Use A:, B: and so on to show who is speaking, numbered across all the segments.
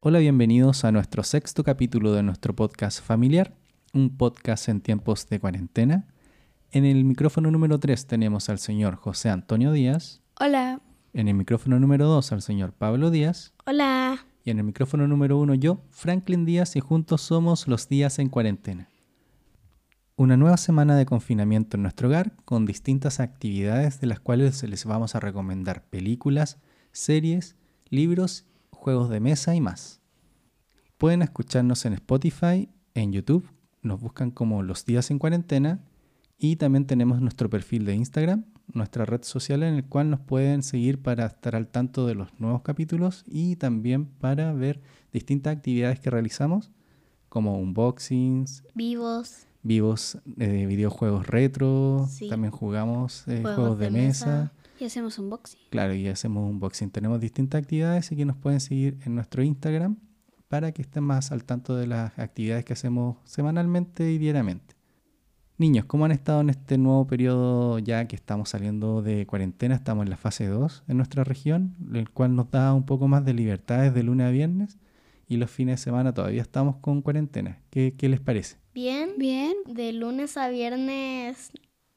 A: Hola, bienvenidos a nuestro sexto capítulo de nuestro podcast familiar, un podcast en tiempos de cuarentena. En el micrófono número 3 tenemos al señor José Antonio Díaz,
B: Hola.
A: en el micrófono número 2 al señor Pablo Díaz
B: Hola.
A: y en el micrófono número 1 yo, Franklin Díaz, y juntos somos los días en cuarentena. Una nueva semana de confinamiento en nuestro hogar con distintas actividades de las cuales les vamos a recomendar películas, series, libros, juegos de mesa y más. Pueden escucharnos en Spotify, en YouTube, nos buscan como los días en cuarentena y también tenemos nuestro perfil de Instagram, nuestra red social en el cual nos pueden seguir para estar al tanto de los nuevos capítulos y también para ver distintas actividades que realizamos como unboxings,
B: Vivos.
A: vivos eh, de videojuegos retro,
B: Sí.
A: también jugamos eh, juegos, de, mesa.
B: Y hacemos unboxing.
A: Claro, y hacemos unboxing. Tenemos distintas actividades y que nos pueden seguir en nuestro Instagram para que estén más al tanto de las actividades que hacemos semanalmente y diariamente. Niños, ¿cómo han estado en este nuevo periodo ya que estamos saliendo de cuarentena? Estamos en la fase 2 en nuestra región, el cual nos da un poco más de libertades de lunes a viernes y los fines de semana todavía estamos con cuarentena. ¿Qué, qué les parece?
C: Bien,
B: Bien.
C: de lunes a viernes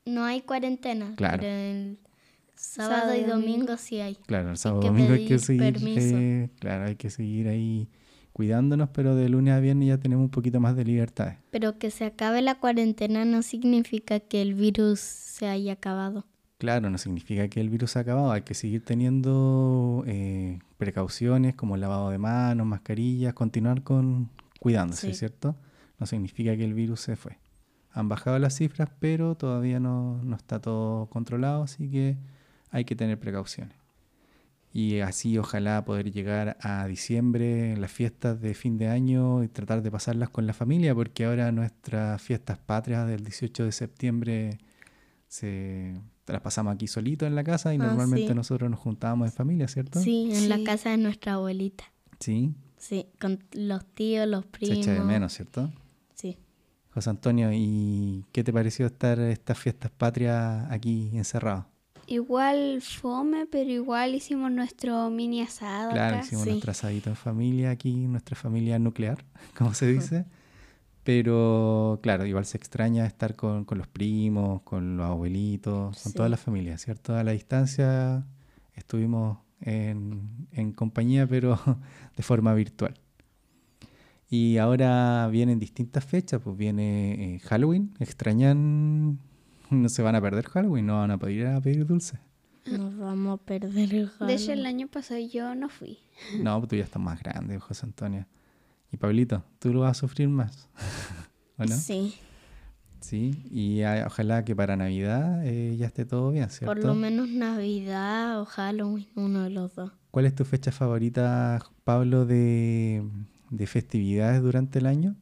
C: no hay cuarentena.
A: Claro.
C: Pero el sábado y domingo sí hay.
A: Claro, el sábado
C: que
A: domingo hay que
C: pedir
A: seguir.
C: permiso.
A: eh, claro, hay que seguir ahí cuidándonos, pero de lunes a viernes ya tenemos un poquito más de libertades.
C: Pero que se acabe la cuarentena no significa que el virus se haya acabado.
A: Claro, no significa que el virus se ha acabado, hay que seguir teniendo eh, precauciones como lavado de manos, mascarillas, continuar con cuidándose,
C: Sí.
A: ¿cierto? No significa que el virus se fue. Han bajado las cifras, pero todavía no, no está todo controlado, así que hay que tener precauciones. Y así ojalá poder llegar a diciembre, las fiestas de fin de año y tratar de pasarlas con la familia, porque ahora nuestras fiestas patrias del 18 de septiembre se las pasamos aquí solito en la casa y
C: Ah,
A: normalmente
C: sí.
A: nosotros nos juntábamos en familia, ¿cierto?
C: Sí, en la
B: Sí.
C: casa de nuestra abuelita.
A: Sí,
C: Sí, con los tíos, los
A: se
C: primos.
A: echa de menos, ¿cierto?
C: Sí.
A: José Antonio, ¿y qué te pareció estar estas fiestas patrias aquí encerrados?
B: Igual fome, pero igual hicimos nuestro mini asado.
A: Claro,
B: acá.
A: hicimos
C: sí.
A: nuestro asadito en familia aquí, nuestra familia nuclear, como se dice. Pero claro, igual se extraña estar con, con los primos, con los abuelitos, con
C: Sí.
A: toda la familia, ¿cierto? A la distancia estuvimos en, en compañía, pero de forma virtual. Y ahora vienen distintas fechas, pues viene eh, Halloween, extrañan, no se van a perder Halloween, no van a pedir a pedir dulces.
C: Nos vamos a perder el
B: De hecho, el
C: Halloween.
B: año pasado yo no fui.
A: No, pues tú ya estás más grande, José Antonio. Y Pablito, tú lo vas a sufrir más. ¿O no?
C: Sí,
A: Sí, Y ah, ojalá que para Navidad eh, ya esté todo bien, ¿cierto?
C: por lo menos Navidad o Halloween, uno de los dos.
A: ¿Cuál es tu fecha favorita, Pablo, de, de festividades durante el año?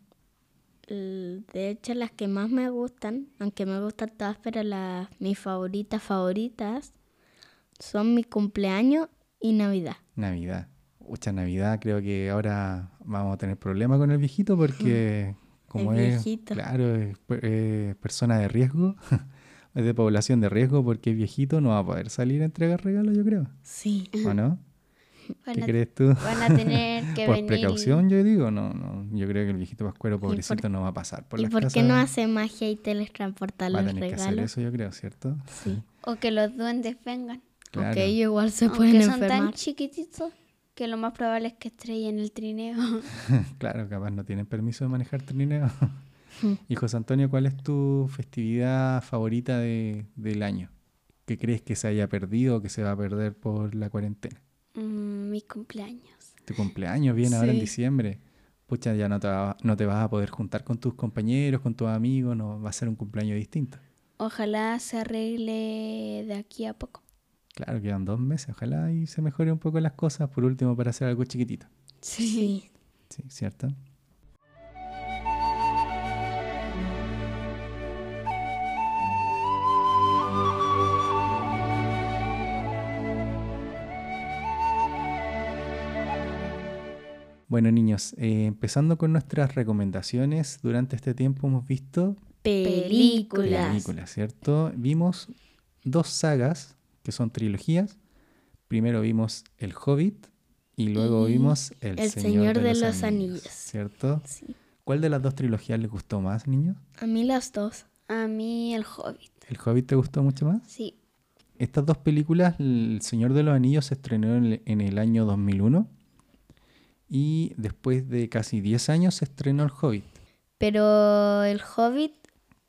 C: El- De hecho, las que más me gustan, aunque me gustan todas, pero las mis favoritas, favoritas, son mi cumpleaños y Navidad.
A: Navidad. Mucha Navidad, creo que ahora vamos a tener problemas con el viejito porque como
C: El
A: es,
C: viejito.
A: claro, es per- eh, persona de riesgo, es de población de riesgo porque es viejito, no va a poder salir a entregar regalos, yo creo.
C: Sí.
A: ¿O no?
B: Van
A: ¿Qué
B: a,
A: crees tú?
B: van a tener que
A: por
B: venir.
A: precaución, yo digo, no, no, yo creo que el viejito pascuero pobrecito no va a pasar por
C: ¿Y
A: las
C: por
A: casas.
C: qué no hace magia y teletransporta
A: va a
C: los
A: tener que hacer
C: regalos?
A: eso, yo creo, ¿cierto?
C: Sí.
B: O que los duendes vengan.
A: Claro.
C: Aunque ellos igual se
B: Aunque
C: pueden
B: son tan
C: enfermar.
B: chiquititos que lo más probable es que estrellen el trineo.
A: claro, capaz no tienen permiso de manejar trineo.
C: Hmm.
A: y José Antonio, ¿cuál es tu festividad favorita de, del año? ¿Qué crees que se haya perdido o que se va a perder por la cuarentena?
B: Mm, mi cumpleaños.
A: Tu cumpleaños viene ahora en
C: Sí.
A: diciembre. Pucha, ya no te, va- no te vas a poder juntar con tus compañeros, con tus amigos, no, va a ser un cumpleaños distinto.
B: Ojalá se arregle de aquí a poco.
A: Claro, quedan dos meses, ojalá y se mejore un poco las cosas, por último, para hacer algo chiquitito.
C: Sí.
A: Sí, ¿cierto? Bueno niños, eh, empezando con nuestras recomendaciones, durante este tiempo hemos visto
C: Películas.
A: películas, ¿cierto? Vimos dos sagas que son trilogías. Primero vimos El Hobbit y luego
C: Y
A: vimos El,
C: El
A: Señor, de, los, Anillos,
C: Anillos.
A: ¿cierto?
C: Sí.
A: ¿Cuál de las dos trilogías les gustó más, niños?
C: A mí las dos.
B: A mí el hobbit.
A: ¿El Hobbit te gustó mucho más?
B: Sí.
A: Estas dos películas, El Señor de los Anillos, se estrenó en el, en el año 2001 y después de casi 10 años se estrenó El Hobbit.
C: Pero el Hobbit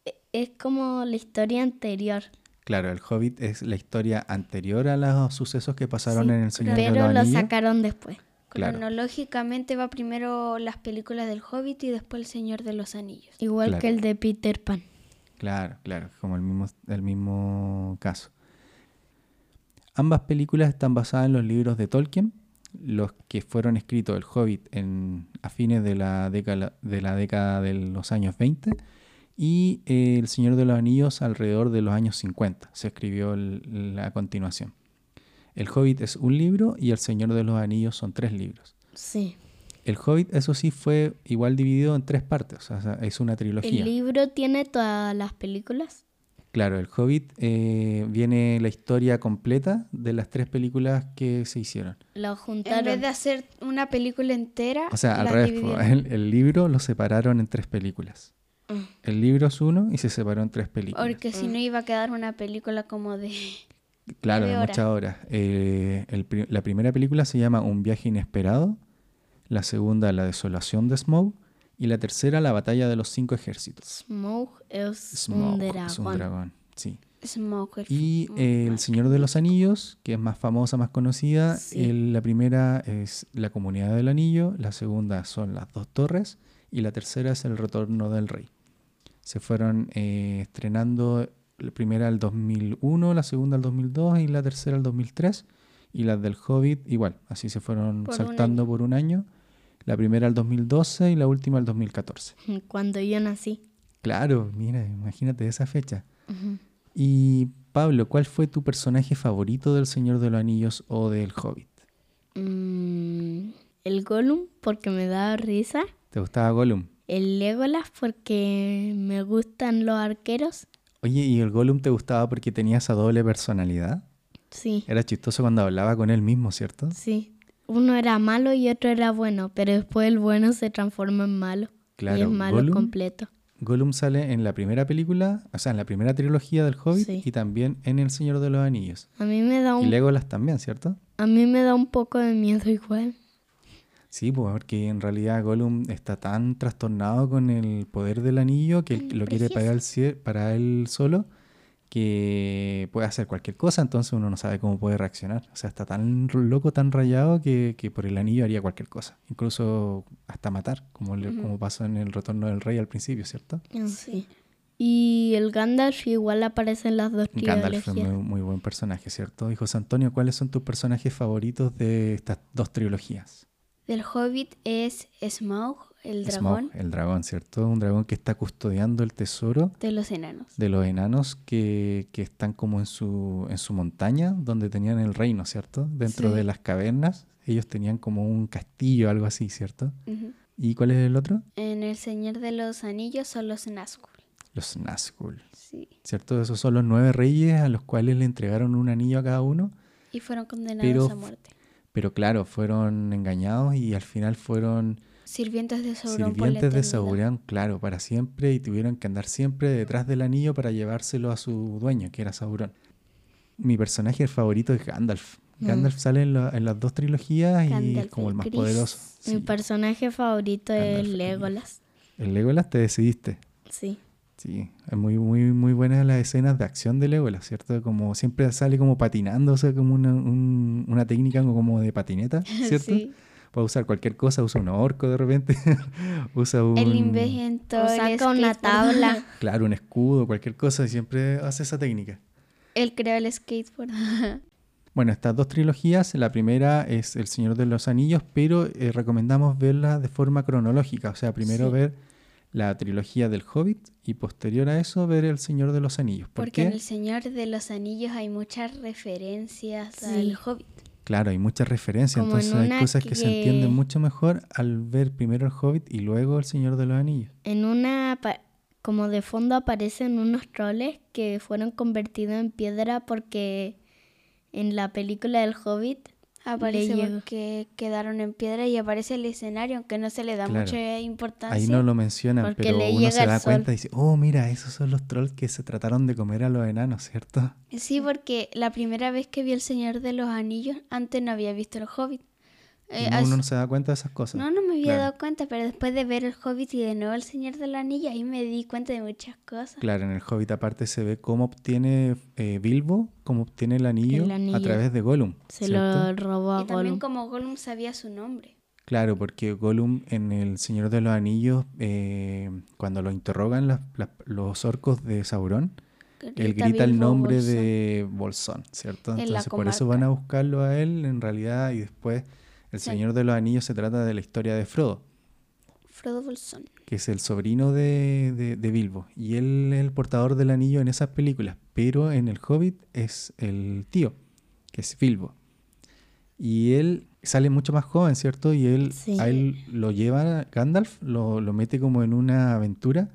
C: e- es como la historia anterior.
A: Claro, El Hobbit es la historia anterior a los sucesos que pasaron
C: Sí,
A: en El Señor de los
C: pero lo
A: Anillos.
C: sacaron después.
A: Claro.
B: Cronológicamente va primero las películas del hobbit y después el señor de los anillos.
C: Igual
A: Claro.
C: que el de Peter Pan.
A: Claro, claro, como el mismo, el mismo caso. Ambas películas están basadas en los libros de Tolkien, los que fueron escritos El Hobbit en, a fines de la, década, de la década de los años 20 y eh, El Señor de los Anillos alrededor de los años 50. Se escribió el- la continuación. El Hobbit es un libro y El Señor de los Anillos son tres libros.
C: Sí.
A: El Hobbit, eso sí, fue igual dividido en tres partes, o sea, es una trilogía.
C: El libro tiene todas las películas.
A: Claro, el Hobbit eh, viene la historia completa de las tres películas que se hicieron.
C: Lo
B: En vez
C: juntaron.
B: de hacer una película entera,
A: O
C: Ah,
A: sea, al
B: las
A: revés, po,
B: dividieron.
A: el, el libro lo separaron en tres películas.
C: Ah.
A: El libro es uno y se separó en tres películas.
B: Porque si no
C: Mm.
B: iba a quedar una película como de...
A: claro,
B: nueve
A: de muchas horas. Eh, el pri- la primera película se llama Un viaje inesperado, la segunda La desolación de Smaug y la tercera La batalla de los cinco ejércitos.
C: Smoke es
A: Smaug
C: un
A: es un
C: dragón.
A: dragón, sí.
B: Smoker.
A: Y eh, El Señor de los Anillos, que es más famosa, más conocida.
C: Sí.
A: el- la primera es La Comunidad del Anillo, la segunda son Las Dos Torres y la tercera es El Retorno del Rey. Se fueron eh, estrenando la primera el 2001, la segunda el 2002 y la tercera el 2003. Y las del Hobbit igual, así se fueron
B: Por un
A: saltando por un año. La primera el 2012 y la última el 2014.
C: Cuando yo nací.
A: Claro, mira, imagínate esa fecha.
C: Ujú.
A: Y Pablo, ¿cuál fue tu personaje favorito del Señor de los Anillos o del Hobbit?
C: Mm, el Gollum porque me da risa.
A: ¿Te gustaba Gollum?
C: El Legolas porque me gustan los arqueros.
A: Oye, ¿y el Gollum te gustaba porque tenía esa doble personalidad?
C: Sí,
A: Era chistoso cuando hablaba con él mismo, ¿cierto?
C: sí. Uno era malo y otro era bueno, pero después el bueno se transforma en malo.
A: Claro,
C: y es malo
A: Gollum.
C: completo.
A: Gollum sale en la primera película, o sea, en la primera trilogía del Hobbit
C: Sí.
A: y también en El Señor de los Anillos.
C: A mí me da
A: Y
C: un,
A: Legolas también, ¿cierto?
C: a mí me da un poco de miedo igual.
A: Sí, pues, porque en realidad Gollum está tan trastornado con el poder del anillo que él lo quiere para él, sie- para él solo que puede hacer cualquier cosa, entonces uno no sabe cómo puede reaccionar. O sea, está tan r- loco, tan rayado que, que por el anillo haría cualquier cosa, incluso hasta matar, como, le- como pasó en el retorno del rey al principio, ¿cierto?
C: Ah, Sí. Y el Gandalf igual aparece en las dos
A: Gandalf es muy,
C: trilogías.
A: muy buen personaje, ¿cierto? Y José Antonio, ¿cuáles son tus personajes favoritos de estas dos trilogías?
B: Del hobbit es Smaug, el
A: Smaug,
B: dragón
A: el dragón, ¿cierto? Un dragón que está custodiando el tesoro
B: de los enanos.
A: de los enanos que, que están como en su, en su montaña, donde tenían el reino, ¿cierto? Dentro
C: Sí.
A: de las cavernas, ellos tenían como un castillo, algo así, ¿cierto?
B: Ujú.
A: ¿Y cuál es el otro?
B: En El Señor de los Anillos son los Nazgûl.
A: Los Nazgûl,
B: Sí.
A: ¿cierto? Esos son los nueve reyes a los cuales le entregaron un anillo a cada uno,
B: Y fueron condenados
A: Pero-
B: a muerte.
A: pero claro, fueron engañados y al final fueron
B: Sirvientes de Sauron por la
A: sirvientes de
B: eternidad.
A: Sauron, claro, para siempre y tuvieron que andar siempre detrás del anillo para llevárselo a su dueño, que era Sauron. Mi personaje favorito es Gandalf. Gandalf sale en, la- en las dos trilogías y es
B: Mm. Gandalf
A: como el
B: el
A: más
B: gris.
A: poderoso.
C: Mi
A: Sí.
C: personaje favorito
A: Gandalf
C: es
A: el
C: Legolas.
A: El Legolas te decidiste.
C: Sí.
A: Sí, es muy, muy, muy buenas las escenas de acción de Legolas, ¿cierto? Como siempre sale como patinando, o sea, como una, un- una técnica como de patineta, ¿cierto?
C: Sí.
A: Puede usar cualquier cosa, usa un orco de repente, usa un...
B: El inventor
C: O saca una tabla.
A: Claro, un escudo, cualquier cosa, y siempre hace esa técnica.
B: Él creó el skateboard.
A: Bueno, estas dos trilogías, la primera es El Señor de los Anillos, pero eh, recomendamos verlas de forma cronológica, o sea, primero
C: Sí.
A: ver la trilogía del Hobbit y posterior a eso ver El Señor de los Anillos. ¿Por
B: Porque en
A: qué?
B: El Señor de los Anillos hay muchas referencias
C: Sí.
B: al hobbit.
A: Claro, hay muchas referencias,
C: Como en
A: entonces hay
C: una
A: cosas que... se
C: que-
A: entienden mucho mejor al ver primero el Hobbit y luego El Señor de los Anillos.
C: En una pa- Como de fondo aparecen unos troles que fueron convertidos en piedra porque en la película del Hobbit
B: Aparece
C: llegó.
B: porque quedaron en piedra y aparece el escenario, aunque no se le da
A: Claro.
B: mucha importancia.
A: Ahí no lo mencionan,
C: Porque
A: pero
C: le
A: uno
C: llega
A: se
C: el
A: da
C: sol.
A: cuenta y dice, oh, mira, esos son los trolls que se trataron de comer a los enanos, ¿cierto?
B: Sí, porque la primera vez que vi El Señor de los Anillos, antes no había visto El Hobbit. Eh,
A: Y
B: as-
A: uno no se da cuenta de esas cosas.
B: no, no me había
A: Claro.
B: dado cuenta, pero después de ver El Hobbit y de nuevo El Señor de los Anillos, ahí me di cuenta de muchas cosas.
A: Claro, en el Hobbit aparte se ve cómo obtiene eh, Bilbo, cómo obtiene el anillo, a
C: anillo.
A: través de Gollum.
C: se
A: ¿cierto?
C: lo robó a
B: Y también
C: Gollum.
B: como Gollum sabía su nombre.
A: Claro, porque Gollum en El Señor de los Anillos, eh, cuando lo interrogan las- las- los orcos de Sauron, él grita el
B: Bilbo
A: nombre
B: Bolsón.
A: de Bolsón, ¿cierto?
B: En la
A: Entonces por eso
B: comarca.
A: van a buscarlo a él en realidad y después El
B: Sí.
A: Señor de los Anillos se trata de la historia de Frodo,
B: Frodo Bolsón.
A: que es el sobrino de, de- de Bilbo. Y él es el portador del anillo en esas películas, pero en El Hobbit es el tío, que es Bilbo. Y él sale mucho más joven, ¿cierto? Y él,
C: Sí.
A: a él lo lleva Gandalf, lo, lo mete como en una aventura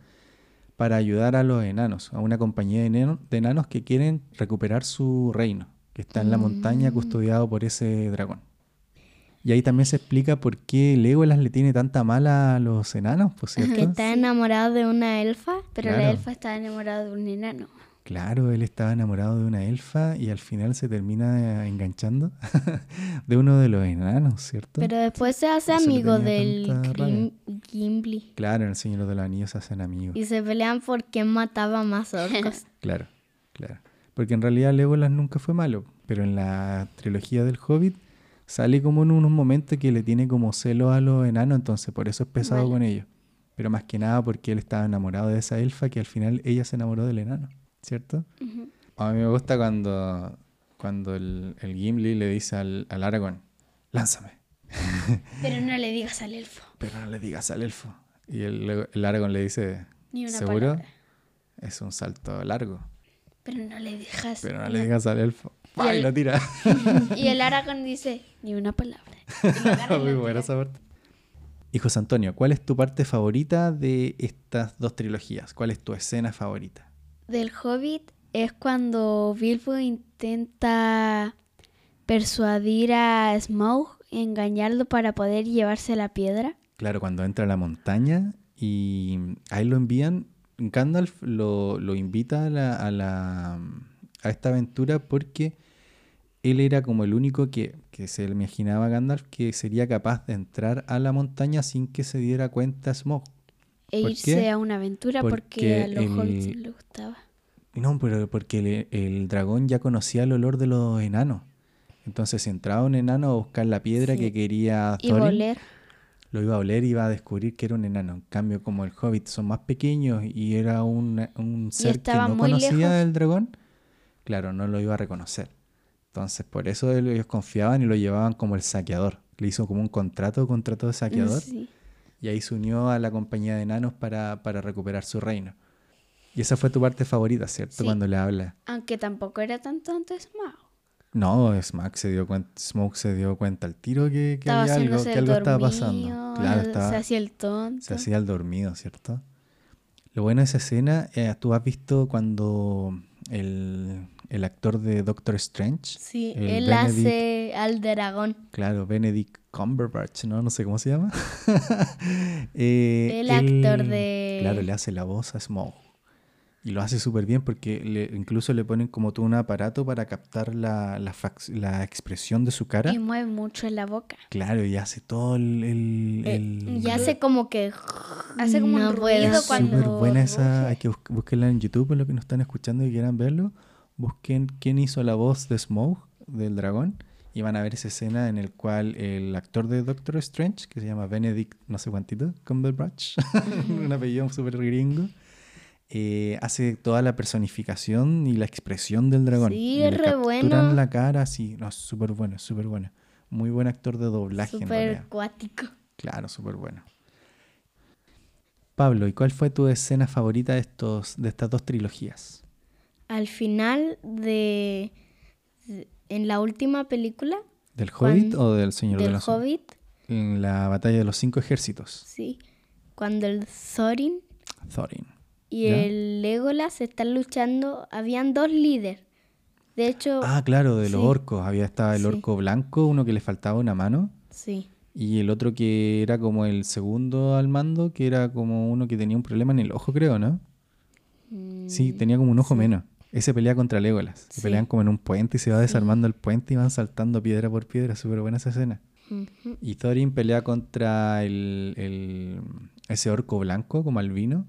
A: para ayudar a los enanos, a una compañía de, enano- de enanos que quieren recuperar su reino, que está en la
C: Mm.
A: montaña custodiado por ese dragón. Y ahí también se explica por qué Legolas le tiene tanta mala a los enanos, por
C: Que
A: cierto.
C: está enamorado de una elfa.
B: Pero
A: Claro.
B: la elfa estaba enamorada de un enano.
A: Claro, él estaba enamorado de una elfa y al final se termina eh, enganchando de uno de los enanos, ¿cierto?
C: Pero después se hace
A: Por eso le
C: amigo
A: tenía
C: del
A: tanta rabia.
C: Grim- Gimli.
A: Claro, en el Señor de los Anillos se hacen amigos.
C: Y se pelean por quién mataba más orcos.
A: Claro, claro. Porque en realidad Legolas nunca fue malo, pero en la trilogía del Hobbit sale como en unos momentos que le tiene como celo a los enanos, entonces por eso es pesado
B: Vale.
A: con ellos. Pero más que nada porque él estaba enamorado de esa elfa que al final ella se enamoró del enano, ¿cierto?
B: Ujú.
A: A mí me gusta cuando, cuando el, el Gimli le dice al, al Aragorn, lánzame,
B: Pero no le digas al elfo.
A: pero no le digas al elfo. Y el, el Aragorn le dice,
B: Ni una
A: ¿seguro?
B: palabra.
A: Es un salto largo,
B: Pero no le dejas.
A: pero no le digas al elfo. ¡Pah! Y
B: el-
A: lo tira.
B: Y el Aragorn dice, ni una palabra.
A: Muy buena esa parte. Y José Antonio, ¿cuál es tu parte favorita de estas dos trilogías? ¿Cuál es tu escena favorita?
B: Del Hobbit es cuando Bilbo intenta persuadir a Smaug, engañarlo para poder llevarse la piedra.
A: Claro, cuando entra a la montaña y ahí lo envían, Gandalf lo, lo invita a, la- a la- a esta aventura porque él era como el único que, que se le imaginaba Gandalf que sería capaz de entrar a la montaña sin que se diera cuenta Smaug.
B: E
A: ¿Por
B: irse
A: qué?
B: a una aventura porque,
A: Porque
B: a los
A: el-
B: hobbits les gustaba.
A: No, pero porque el, el dragón ya conocía el olor de los enanos. Entonces, si entraba un enano a buscar la piedra
C: Sí.
A: que quería
B: Y
A: Thorin,
B: voler.
A: lo iba a oler y iba a descubrir que era un enano. En cambio, como el hobbit son más pequeños y era un, un ser que
B: estaba
A: no
B: muy
A: conocía
B: lejos.
A: el dragón, claro, no lo iba a reconocer. Entonces, por eso él- ellos confiaban y lo llevaban como el saqueador. Le hizo como un contrato, contrato de saqueador.
B: Sí.
A: Y ahí se unió a la compañía de enanos para, para recuperar su reino. Y esa fue tu parte favorita, ¿cierto?
B: Sí.
A: Cuando le habla.
B: Aunque tampoco era tan tonto Smaug.
A: No, Smaug se dio cuenta, Smoke se dio cuenta al tiro que, que
B: Estaba
A: había algo,
B: haciéndose
A: que
B: el
A: algo estaba
B: dormido,
A: pasando. Claro, estaba,
B: se
A: se,
B: hacía el tonto.
A: hacía el dormido, ¿cierto? Lo bueno de esa escena, eh, tú has visto cuando el, el actor de Doctor Strange,
C: Sí,
A: El
C: él
A: Benedict.
C: hace al dragón.
A: claro, Benedict Cumberbatch, ¿no? No sé cómo se llama. Eh,
C: El actor
A: él-
C: de-
A: Claro, le hace la voz a Smoke. Y lo hace súper bien porque le- incluso le ponen como todo un aparato para captar la, la, fax- la expresión de su cara.
B: Y mueve mucho en la boca.
A: Claro, y hace todo el... el,
C: Eh,
A: el-
C: Y hace como que...
B: ¡oh! Hace como
C: No
B: un
C: puedo.
B: ruido
A: es
B: cuando.
A: súper buena esa...
B: ruge.
A: Hay que bus- buscarla en YouTube, por los que nos están escuchando y quieran verlo. Busquen quién hizo la voz de Smoke, del dragón, y van a ver esa escena en el cual el actor de Doctor Strange, que se llama Benedict no sé cuántito, Cumberbatch, un apellido súper gringo, eh, hace toda la personificación y la expresión del dragón.
C: Sí,
A: y
C: es
A: le
C: re
A: capturan
C: bueno.
A: la cara así. No, es súper bueno, es súper bueno. Muy buen actor de doblaje en realidad.
C: Súper cuático.
A: Claro, súper bueno. Pablo, ¿y cuál fue tu escena favorita de, estos, de estas dos trilogías?
C: Al final de... de- En la última película
A: ¿Del
C: Cuan-
A: Hobbit o del Señor de
C: del
A: los
C: Hobbit,
A: En la batalla de los cinco ejércitos,
C: sí, cuando el Thorin
A: Thorin.
C: y
A: ¿Ya?
C: el Legolas están luchando. Habían dos líderes. De hecho,
A: Ah, claro, de los
C: Sí.
A: orcos. Había estaba el
C: Sí.
A: orco blanco, uno que le faltaba una mano,
C: sí,
A: y el otro que era como el segundo al mando, que era como uno que tenía un problema en el ojo, creo, ¿no? Sí, tenía como un ojo menos. Ese pelea contra Legolas. Se
C: Mm, Sí.
A: pelean como en un puente y se va desarmando el puente y van saltando piedra por piedra. Súper buena esa escena.
C: ujú,
A: Y Thorin pelea contra el, el- ese orco blanco, como albino.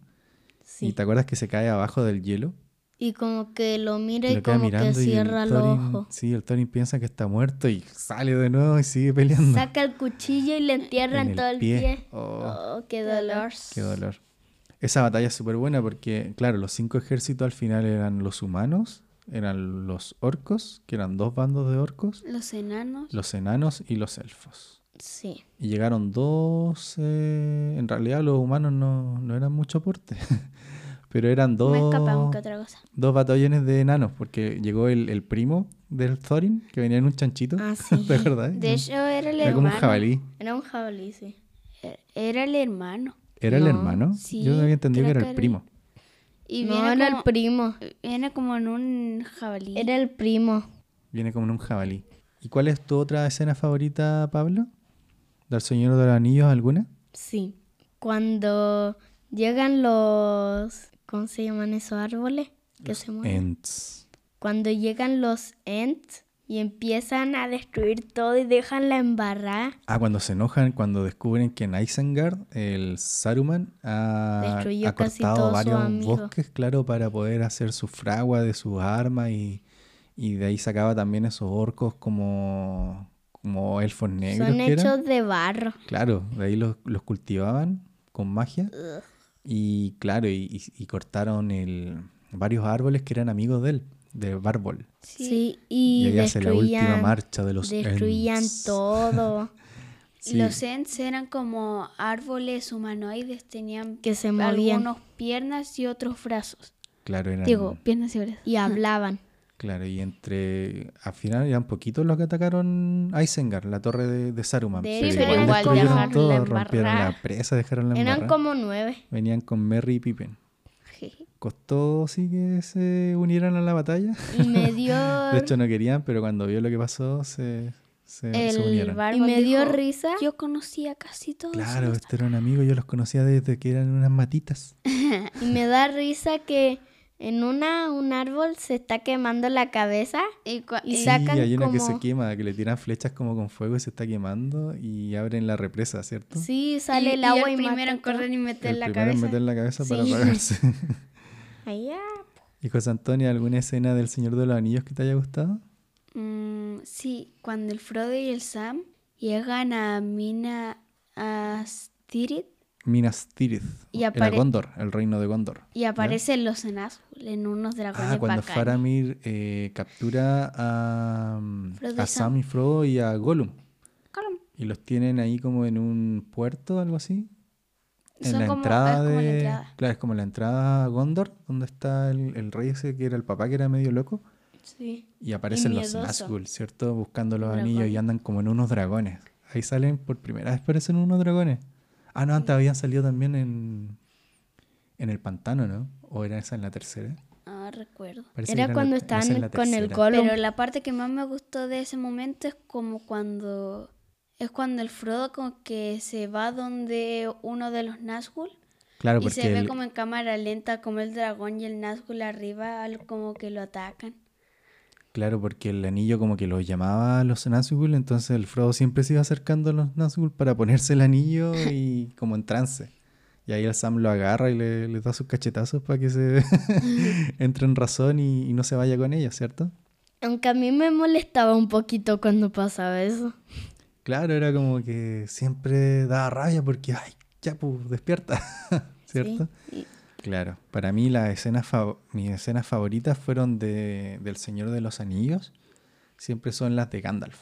C: sí.
A: ¿Y te acuerdas que se cae abajo del hielo?
C: Y como que lo mira
A: Y
C: y,
A: lo queda
C: como que
A: mirando y el
C: cierra los
A: Thorin-
C: ojos.
A: Sí, el Thorin piensa que está muerto y sale de nuevo y sigue peleando.
C: Saca el cuchillo y le entierra en,
A: el
C: todo el
A: pie.
C: pie.
A: Oh.
C: Oh, qué dolor.
A: Qué dolor. Esa batalla es súper buena porque, claro, los cinco ejércitos al final eran los humanos, eran los orcos, que eran dos bandos de orcos,
B: Los enanos.
A: los enanos y los elfos.
C: Sí,
A: Y llegaron dos, eh, en realidad los humanos no, no eran mucho aporte, pero eran dos,
B: Me escapamos que otra cosa.
A: dos batallones de enanos, porque llegó el, el primo del Thorin, que venía en un chanchito,
C: Ah, sí.
A: ¿de verdad?
B: De hecho, era el
A: era como un
B: hermano.
A: jabalí.
C: era un jabalí, sí.
B: Era el hermano.
A: ¿Era el
C: No,
A: hermano?
B: sí,
A: Yo había entendido que era
B: creo que
A: el
B: era-
A: primo.
B: Y
C: no,
B: viene,
C: era
B: como,
C: el primo.
B: viene como en un jabalí.
C: Era el primo.
A: Viene como en un jabalí. ¿Y cuál es tu otra escena favorita, Pablo? ¿Del Señor de los Anillos alguna?
C: Sí. Cuando llegan los. ¿Cómo se llaman esos árboles? Que se mueven.
A: Ents.
C: Cuando llegan los Ents y empiezan a destruir todo y dejan la embarrada.
A: Ah, cuando se enojan, cuando descubren que en Isengard el Saruman ha,
C: Destruyó
A: ha
C: casi
A: cortado
C: todos sus
A: varios
C: amigos.
A: bosques, claro, para poder hacer su fragua de sus armas y, y de ahí sacaba también esos orcos como, como elfos negros.
C: Son
A: que eran.
C: hechos de barro.
A: Claro, de ahí los, los cultivaban con magia. Y claro, y, y- y cortaron el, varios árboles que eran amigos de él, de Bárbol.
C: Sí, y,
A: Y, ahí hace la última
C: destruían,
A: marcha de los
C: destruían
A: Ents.
C: todo.
A: Sí,
B: Los Ents eran como árboles humanoides, tenían
C: Que se movían.
B: algunos piernas y otros brazos.
A: claro, eran-
B: Digo, piernas y brazos.
C: Y hablaban.
A: claro, y entre... Al final eran poquitos los que atacaron a Isengard, la torre de, de Saruman.
C: De
A: pero
B: hecho,
A: igual
B: eran como-
A: pues, destruyeron
C: dejaron
A: todo,
C: la
A: rompieron la
C: embarrada.
A: presa, dejaron la
C: Eran
A: embarrada.
C: como nueve.
A: Venían con Merry y Pippin. Costó sí que se unieran a la batalla.
C: Y me dio,
A: De hecho, no querían, pero cuando vio lo que pasó, se, se, se
B: El
A: unieron.
B: bárbaro
C: y me dio
B: dijo,
C: risa.
B: Yo conocía casi todos.
A: Claro,
B: los-
A: este era un amigo, yo los conocía desde que eran unas matitas.
C: Y me da risa que en una un árbol se está quemando la cabeza.
B: Y, cua-
C: Y
B: y-
A: Sí,
C: sacan
A: hay uno que se
C: como-
A: quema, que le tiran flechas como con fuego y se está quemando y abren la represa, ¿cierto?
C: Sí,
B: y-
C: sale
B: y
C: el agua y,
B: el primero en
C: mata todo.
B: correr y meter
A: El
B: la
A: primero en
B: cabeza.
A: meter la cabeza para
C: Sí.
A: apagarse.
C: Ay, ah,
A: y José Antonio, ¿alguna escena del Señor de los Anillos que te haya gustado?
B: Mm, sí, cuando el Frodo y el Sam llegan a Mina Tirith
A: Minas Tirith.
B: Y
A: Era
B: apare-
A: Gondor, el reino de Gondor.
B: y aparecen los enanos en unos dragones
A: Ah, cuando
B: bacanes.
A: Faramir eh, captura a, mm,
B: Frodo y
A: a
B: Sam.
A: Sam y Frodo y a Gollum.
B: Caram.
A: Y los tienen ahí como en un puerto, algo así. En
B: Son
A: la
B: como-
A: entrada
B: es como la
A: de.
B: entrada.
A: Claro, es como la entrada a Gondor, donde está el, el rey ese que era el papá que era medio loco.
C: sí.
A: Y aparecen los
C: miedoso.
A: Nazgûl, ¿cierto? Buscando los
C: Dragones.
A: anillos y andan como en unos dragones. Ahí salen por primera vez, parecen unos dragones. Ah, no, antes habían salido también en. En el pantano, ¿no? ¿O era esa en la tercera?
B: Ah, recuerdo.
A: Parece que
C: Era
A: en la-
C: cuando
A: esa en
C: estaban
A: la
C: con el
A: tercera.
C: Gollum.
B: Pero la parte que más me gustó de ese momento es como cuando es cuando el Frodo como que se va donde uno de los Nazgûl
A: Claro,
B: y
A: porque
B: se ve
A: el-
B: como en cámara lenta como el dragón y el Nazgûl arriba algo como que lo atacan.
A: Claro, porque el anillo como que los llamaba a los Nazgûl, entonces el Frodo siempre se iba acercando a los Nazgûl para ponerse el anillo y como en trance. Y ahí el Sam lo agarra y le, le da sus cachetazos para que se entre en razón y, y no se vaya con ella, ¿cierto?
C: Aunque a mí me molestaba un poquito cuando pasaba eso.
A: Claro, era como que siempre daba rabia porque, ay, ya, pues, despierta, ¿cierto?
C: Sí.
A: Claro, para mí las escenas fav- mis escenas favoritas fueron de del Señor de los Anillos, siempre son las de Gandalf.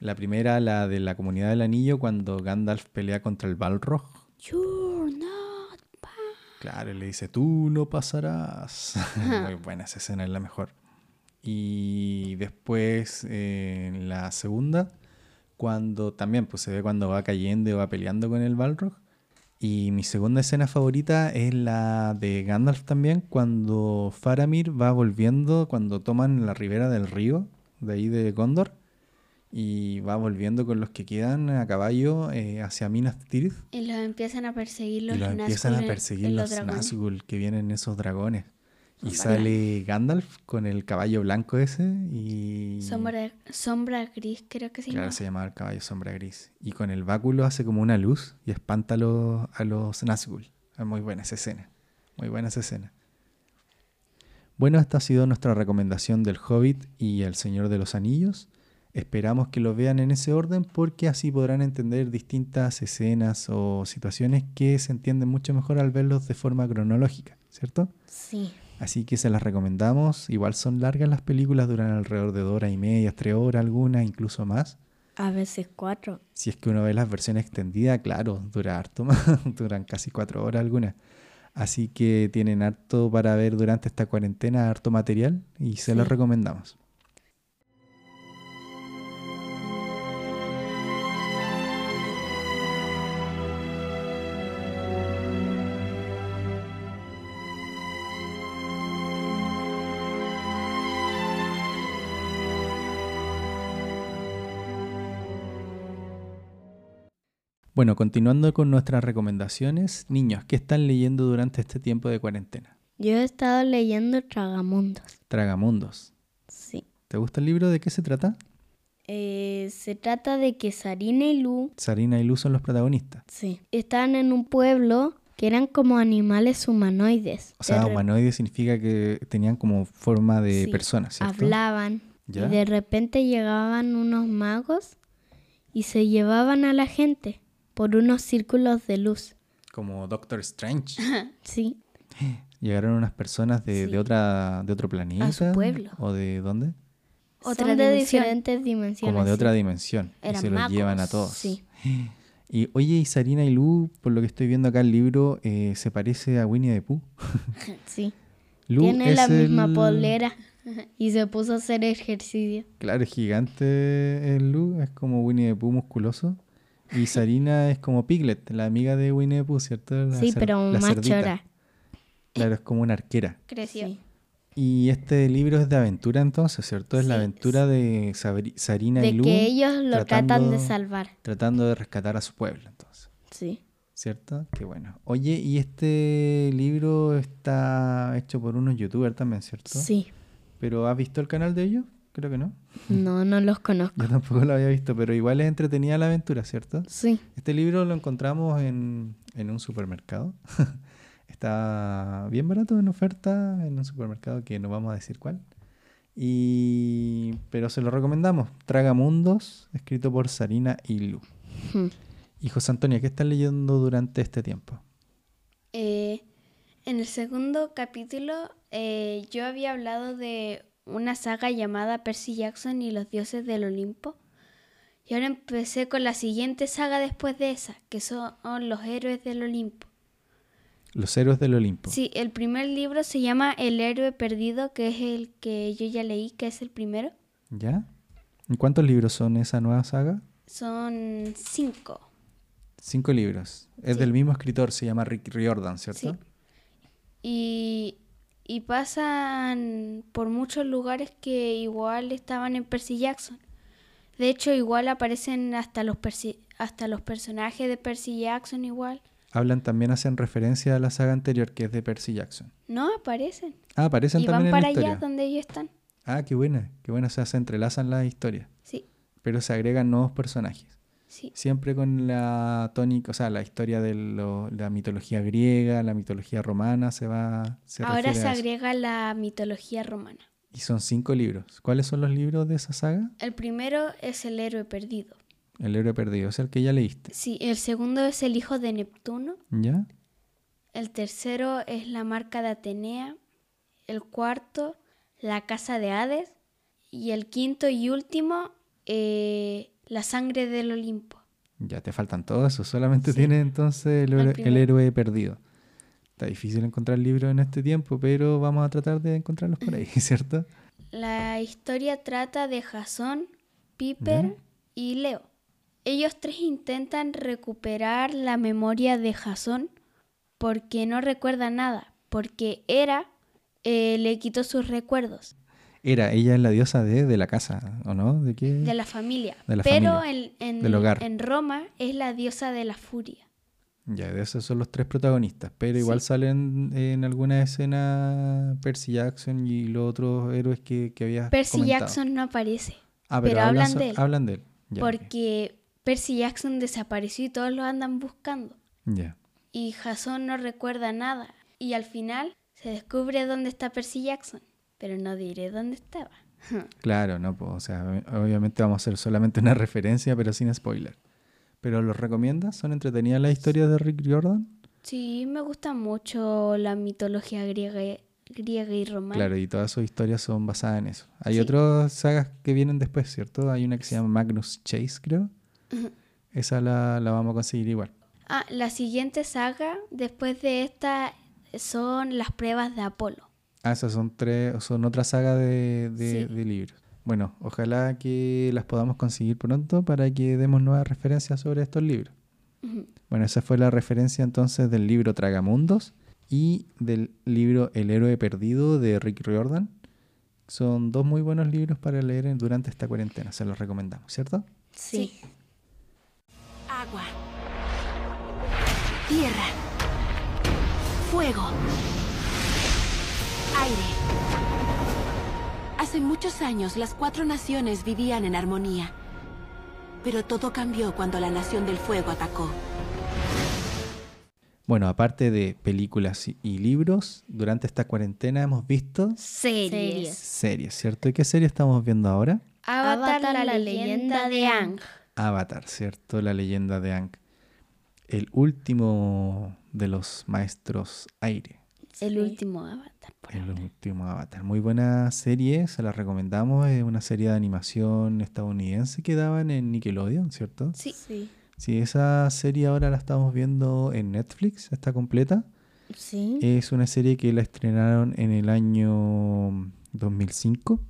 A: La primera, la de la Comunidad del Anillo, cuando Gandalf pelea contra el Balrog.
B: You're not
A: Claro, y le dice, tú no pasarás. Muy buena esa escena, es la mejor. Y después, eh, en la segunda, cuando también, pues se ve cuando va cayendo y va peleando con el Balrog. Y mi segunda escena favorita es la de Gandalf también, cuando Faramir va volviendo, cuando toman la ribera del río, de ahí de Gondor, y va volviendo con los que quedan a caballo eh, hacia Minas Tirith.
B: Y los empiezan a perseguir los
A: y los empiezan a
B: Nazgûl en-
A: perseguir
B: en
A: los
B: dragones.
A: Nazgûl que vienen esos dragones. Y
B: Son
A: sale Gandalf con el caballo blanco ese y...
B: Sombra, sombra gris creo que se
A: Claro,
B: llama.
A: se llamaba el caballo sombra gris. Y con el báculo hace como una luz y espanta a los, a los Nazgûl. Es muy buena esa escena. Muy buena esa escena. Bueno, esta ha sido nuestra recomendación del Hobbit y El Señor de los Anillos. Esperamos que lo vean en ese orden porque así podrán entender distintas escenas o situaciones que se entienden mucho mejor al verlos de forma cronológica, ¿cierto?
C: Sí.
A: Así que se las recomendamos. Igual son largas las películas, duran alrededor de dos horas y media, tres horas, algunas, incluso más.
C: A veces cuatro.
A: Si es que uno ve las versiones extendidas, claro, dura harto más, duran casi cuatro horas algunas. Así que tienen harto para ver durante esta cuarentena, harto material y se los
C: Sí.
A: recomendamos. Bueno, continuando con nuestras recomendaciones, niños, ¿qué están leyendo durante este tiempo de cuarentena?
C: Yo he estado leyendo Tragamundos.
A: Tragamundos.
C: Sí.
A: ¿Te gusta el libro? ¿De qué se trata?
C: Eh, se trata de que Sarina y Lu
A: Sarina y Luz son los protagonistas.
C: sí, estaban en un pueblo que eran como animales humanoides.
A: O sea,
C: De re-
A: humanoide significa que tenían como forma de
C: Sí,
A: personas, ¿cierto?
C: hablaban.
A: ¿Ya?
C: Y de repente llegaban unos magos y se llevaban a la gente por unos círculos de luz.
A: Como Doctor Strange.
C: Sí,
A: Llegaron unas personas de, de
C: Sí.
A: otra de otro planeta.
C: pueblo.
A: ¿O de dónde?
B: Otra
C: Son de
B: dimensión.
C: diferentes dimensiones.
A: Como de
C: sí.
A: otra dimensión. y
C: Eran
A: se los
C: magos,
A: llevan a todos.
C: sí.
A: Y oye, y Sarina y Lu, por lo que estoy viendo acá el libro, eh, se parece a Winnie the Pooh.
C: Sí.
A: Lu
C: Tiene la
A: es
C: misma
A: el-
C: polera y se puso a hacer ejercicio.
A: Claro, es gigante el Lu, es como Winnie the Pooh musculoso. Y Sarina es como Piglet, la amiga de Winnie the Pooh, ¿cierto? La
C: sí,
A: cer-
C: pero
A: la
C: más
A: cerdita.
C: chora.
A: Claro, es como una arquera.
B: Creció.
C: Sí.
A: Y este libro es de aventura entonces, ¿cierto? Es la
C: Sí,
A: aventura de Sabri- Sarina
C: De
A: y Lu.
C: que ellos lo tratan de
A: tratando-
C: salvar.
A: tratando de rescatar a su pueblo, entonces,
C: Sí.
A: ¿cierto? Qué bueno. Oye, y este libro está hecho por unos youtubers también, ¿cierto?
C: Sí.
A: ¿Pero has visto el canal de ellos? Creo que no.
C: No, no los conozco.
A: Yo tampoco lo había visto, pero igual es entretenida la aventura, ¿cierto?
C: Sí.
A: Este libro lo encontramos en, en un supermercado. Está bien barato en oferta en un supermercado que no vamos a decir cuál. Y... Pero se lo recomendamos. Tragamundos, escrito por Sarina y Lu.
C: Hmm.
A: Y José Antonio, ¿qué estás leyendo durante este tiempo?
B: Eh, en el segundo capítulo eh, yo había hablado de una saga llamada Percy Jackson y los dioses del Olimpo. Y ahora empecé con la siguiente saga después de esa, que son los héroes del Olimpo.
A: Los héroes del Olimpo.
B: Sí, el primer libro se llama El héroe perdido, que es el que yo ya leí, que es el primero.
A: ¿Ya? ¿Y ¿Cuántos libros son esa nueva saga?
B: Son cinco.
A: Cinco libros. Es
B: Sí.
A: del mismo escritor, se llama Rick Riordan, ¿cierto?
B: Sí. Y, y pasan por muchos lugares que igual estaban en Percy Jackson. De hecho, igual aparecen hasta los, persi- hasta los personajes de Percy Jackson igual.
A: Hablan también, hacen referencia a la saga anterior que es de Percy Jackson.
B: No aparecen.
A: Ah, aparecen
B: Y
A: también en
B: van para
A: la historia.
B: allá donde ellos están.
A: Ah, qué buena, qué buena, o sea, se entrelazan las historias,
B: Sí,
A: pero se agregan nuevos personajes.
B: sí.
A: Siempre con la tónica, o sea, la historia de lo- la mitología griega, la mitología romana se va... Se
B: Ahora
A: refiere
B: se
A: a eso.
B: agrega la mitología romana.
A: Y son cinco libros. ¿Cuáles son los libros de esa saga?
B: El primero es el héroe perdido.
A: El héroe perdido, es el que ya leíste.
B: Sí, el segundo es el hijo de Neptuno.
A: ¿Ya?
B: El tercero es la marca de Atenea. El cuarto, la casa de Hades. Y el quinto y último, eh, la sangre del Olimpo.
A: Ya te faltan todos esos, solamente tienes entonces el, héroe- el
B: primero.
A: héroe perdido. Está difícil encontrar libros en este tiempo, pero vamos a tratar de encontrarlos por ahí, ¿cierto?
B: La historia trata de Jasón, Piper
A: Ya.
B: y Leo. Ellos tres intentan recuperar la memoria de Jason porque no recuerda nada, porque Hera eh, le quitó sus recuerdos
A: Era, ella es la diosa de, de la casa, ¿o no? ¿De qué?
B: de la familia.
A: De la
B: Pero
A: familia,
B: en, en-
A: del hogar.
B: en Roma es la diosa de la furia.
A: Ya, de esos son los tres protagonistas, pero igual salen en alguna escena Percy Jackson y los otros héroes que, que habías
B: Percy
A: comentado.
B: Jackson no aparece
A: Ah,
B: pero
A: hablan,
B: hablan
A: so-
B: de él.
A: hablan de él. Ya, ok.
B: porque Percy Jackson desapareció y todos lo andan buscando.
A: Ya.
B: Y Jason no recuerda nada. Y al final se descubre dónde está Percy Jackson. Pero no diré dónde estaba.
A: Claro, no, pues, o sea, ob- obviamente vamos a hacer solamente una referencia, pero sin spoiler. ¿Pero los recomiendas? ¿Son entretenidas las historias de Rick Jordan?
B: Sí, me gusta mucho la mitología griega y, griega y romana.
A: Claro, y todas sus historias son basadas en eso. Hay
B: Sí.
A: otras sagas que vienen después, ¿cierto? Hay una que se llama Magnus Chase, creo. Esa la, la vamos a conseguir igual.
B: Ah, la siguiente saga después de esta son las pruebas de Apolo.
A: Ah, esas son tres, son otra saga de, de-
B: Sí.
A: de libros. Bueno, ojalá que las podamos conseguir pronto para que demos nuevas referencias sobre estos libros.
B: Ujú.
A: Bueno, esa fue la referencia entonces del libro Tragamundos y del libro El héroe perdido de Rick Riordan. Son dos muy buenos libros para leer en- durante esta cuarentena, se los recomendamos, ¿cierto?
C: Sí.
D: Agua. Tierra. Fuego. Aire. Hace muchos años las cuatro naciones vivían en armonía. Pero todo cambió cuando la Nación del Fuego atacó.
A: Bueno, aparte de películas y- y libros, durante esta cuarentena hemos visto
B: Series.
A: series, ¿cierto? ¿Y qué serie estamos viendo ahora?
B: Avatar, la,
C: Avatar, la
B: leyenda
C: leyenda
B: de
C: de
B: Aang.
A: Avatar, ¿cierto? La leyenda de Aang. El último de los maestros aire.
B: El
C: Sí.
B: último Avatar. por
A: El
B: ahora.
A: último Avatar. Muy buena serie, se la recomendamos. Es una serie de animación estadounidense que daban en Nickelodeon, ¿cierto?
B: Sí.
C: Sí.
A: Sí, esa serie ahora la estamos viendo en Netflix, está completa.
C: Sí.
A: Es una serie que la estrenaron en el año 2005.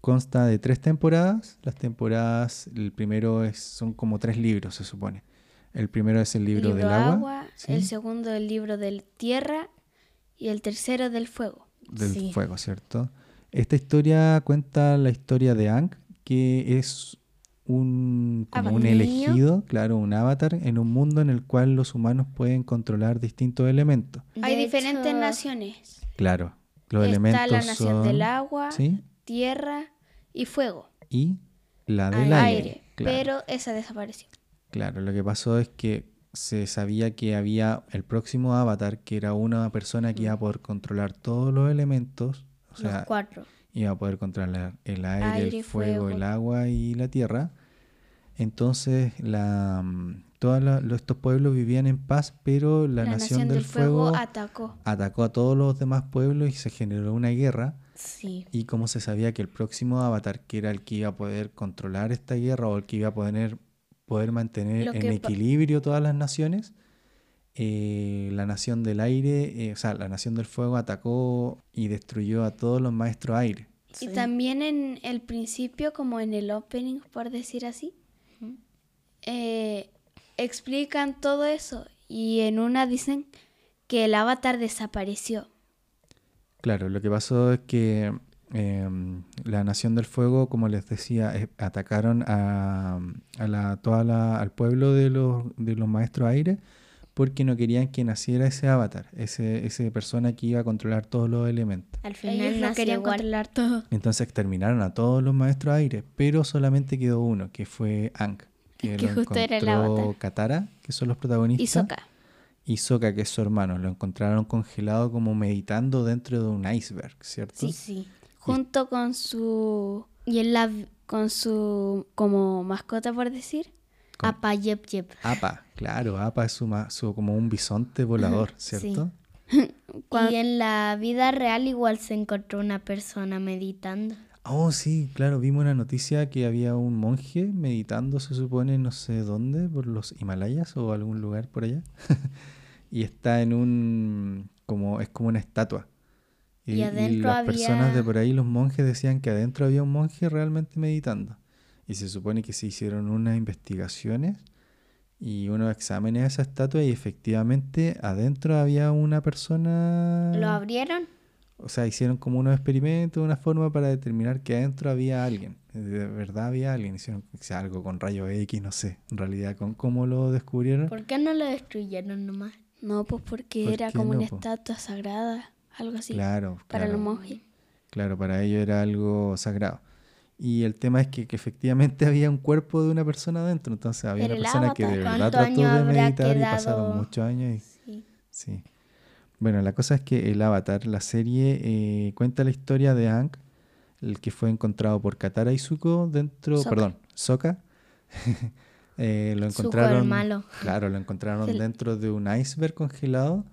A: Consta de tres temporadas. Las temporadas, el primero es, son como tres libros, se supone. El primero es el libro, del agua, ¿sí?
B: el segundo el libro de tierra y el tercero del fuego.
A: del
C: Sí.
A: fuego, ¿cierto? Esta historia cuenta la historia de Ang, que es un, como
C: Avatar.
A: un
C: Niño.
A: elegido, claro, un avatar, en un mundo en el cual los humanos pueden controlar distintos elementos.
B: Hay
C: De
B: diferentes
C: hecho,
B: naciones.
A: Claro, los
B: Está
A: elementos
B: la nación
A: son...
B: del agua,
A: ¿sí?
B: tierra y fuego.
A: y la del aire.
B: aire.
A: claro.
B: Pero esa desapareció.
A: Claro, lo que pasó es que se sabía que había el próximo avatar, que era una persona que iba a poder controlar todos los elementos, o sea,
C: Los cuatro.
A: iba a poder controlar el aire,
B: Aire,
A: el fuego,
B: fuego.
A: el agua y la tierra. Entonces, la, mm, todos la- los- estos pueblos vivían en paz, pero la, nación, del, fuego,
B: atacó.
A: atacó a todos los demás pueblos y se generó una guerra.
C: Sí.
A: Y como se sabía que el próximo avatar, que era el que iba a poder controlar esta guerra o el que iba a poder, poder mantener
B: Lo
A: en
B: que pa-
A: equilibrio todas las naciones, eh, la nación del aire, eh, o sea, la nación del fuego atacó y destruyó a todos los maestros aire.
C: Sí.
B: Y también en el principio, como en el opening, por decir así, eh, explican todo eso. Y en una dicen que el avatar desapareció.
A: Claro, lo que pasó es que em, la Nación del Fuego, como les decía, eh, atacaron a, a la, toda la- al pueblo de los, de los Maestros Aire porque no querían que naciera ese avatar, ese, ese persona que iba a controlar todos los elementos.
C: Al final
B: Ellos lo
C: nació
B: querían
C: igual.
B: controlar todo.
A: Entonces exterminaron a todos los Maestros Aire, pero solamente quedó uno, que fue Aang, que,
B: Que
A: lo
B: justo era el
A: encontró
B: avatar.
A: Katara, que son los
B: Y
A: protagonistas
B: Sokka.
A: y Sokka, que es su hermano, lo encontraron congelado como meditando dentro de un iceberg, ¿cierto?
C: Sí, sí.
B: Junto con su. Y él la. Con su. Como mascota, por decir.
A: Con-
C: Apa, yep, yep.
A: Apa, claro, Apa es su, ma- su- como un bisonte volador, ¿cierto?
C: Y en la vida real igual se encontró una persona meditando.
A: Oh, sí, claro, vimos una noticia que había un monje meditando, se supone, no sé dónde, por los Himalayas o algún lugar por allá. y está en un, como, es como una estatua.
C: Y adentro
A: las personas de
C: había-
A: por ahí, los monjes decían que adentro había un monje realmente meditando. Y se supone que se hicieron unas investigaciones y unos exámenes a esa estatua y efectivamente adentro había una persona...
B: ¿Lo abrieron?
A: O sea, hicieron como unos experimentos, una forma para determinar que adentro había alguien. eh, De verdad había alguien. Hicieron o sea, algo con rayos X, no sé. En realidad, con cómo lo descubrieron.
C: ¿Por qué no lo destruyeron nomás?
B: No, pues porque
A: ¿Por
B: era
A: qué
B: como
A: no,
B: una
A: po?
B: estatua sagrada, algo así,
A: claro,
B: para
A: claro.
B: los monjes.
A: Claro, para ellos era algo sagrado. Y el tema es que, que efectivamente había un cuerpo de una persona adentro. Entonces había
C: Pero
A: una
C: el
A: persona que de verdad
C: avatar, ¿cuántos
A: trató
C: años
A: de
C: habrá
A: meditar y
C: quedado?
A: pasaron muchos años. y-
C: Sí.
A: Sí. Bueno, la cosa es que el Avatar, la serie, eh, cuenta la historia de Aang, el que fue encontrado por Katara y Zuko dentro,
B: Sokka.
A: perdón, Sokka. Eh, lo
C: Zuko el
A: encontraron,
C: malo.
A: claro, lo encontraron
B: El-
A: dentro de un iceberg congelado,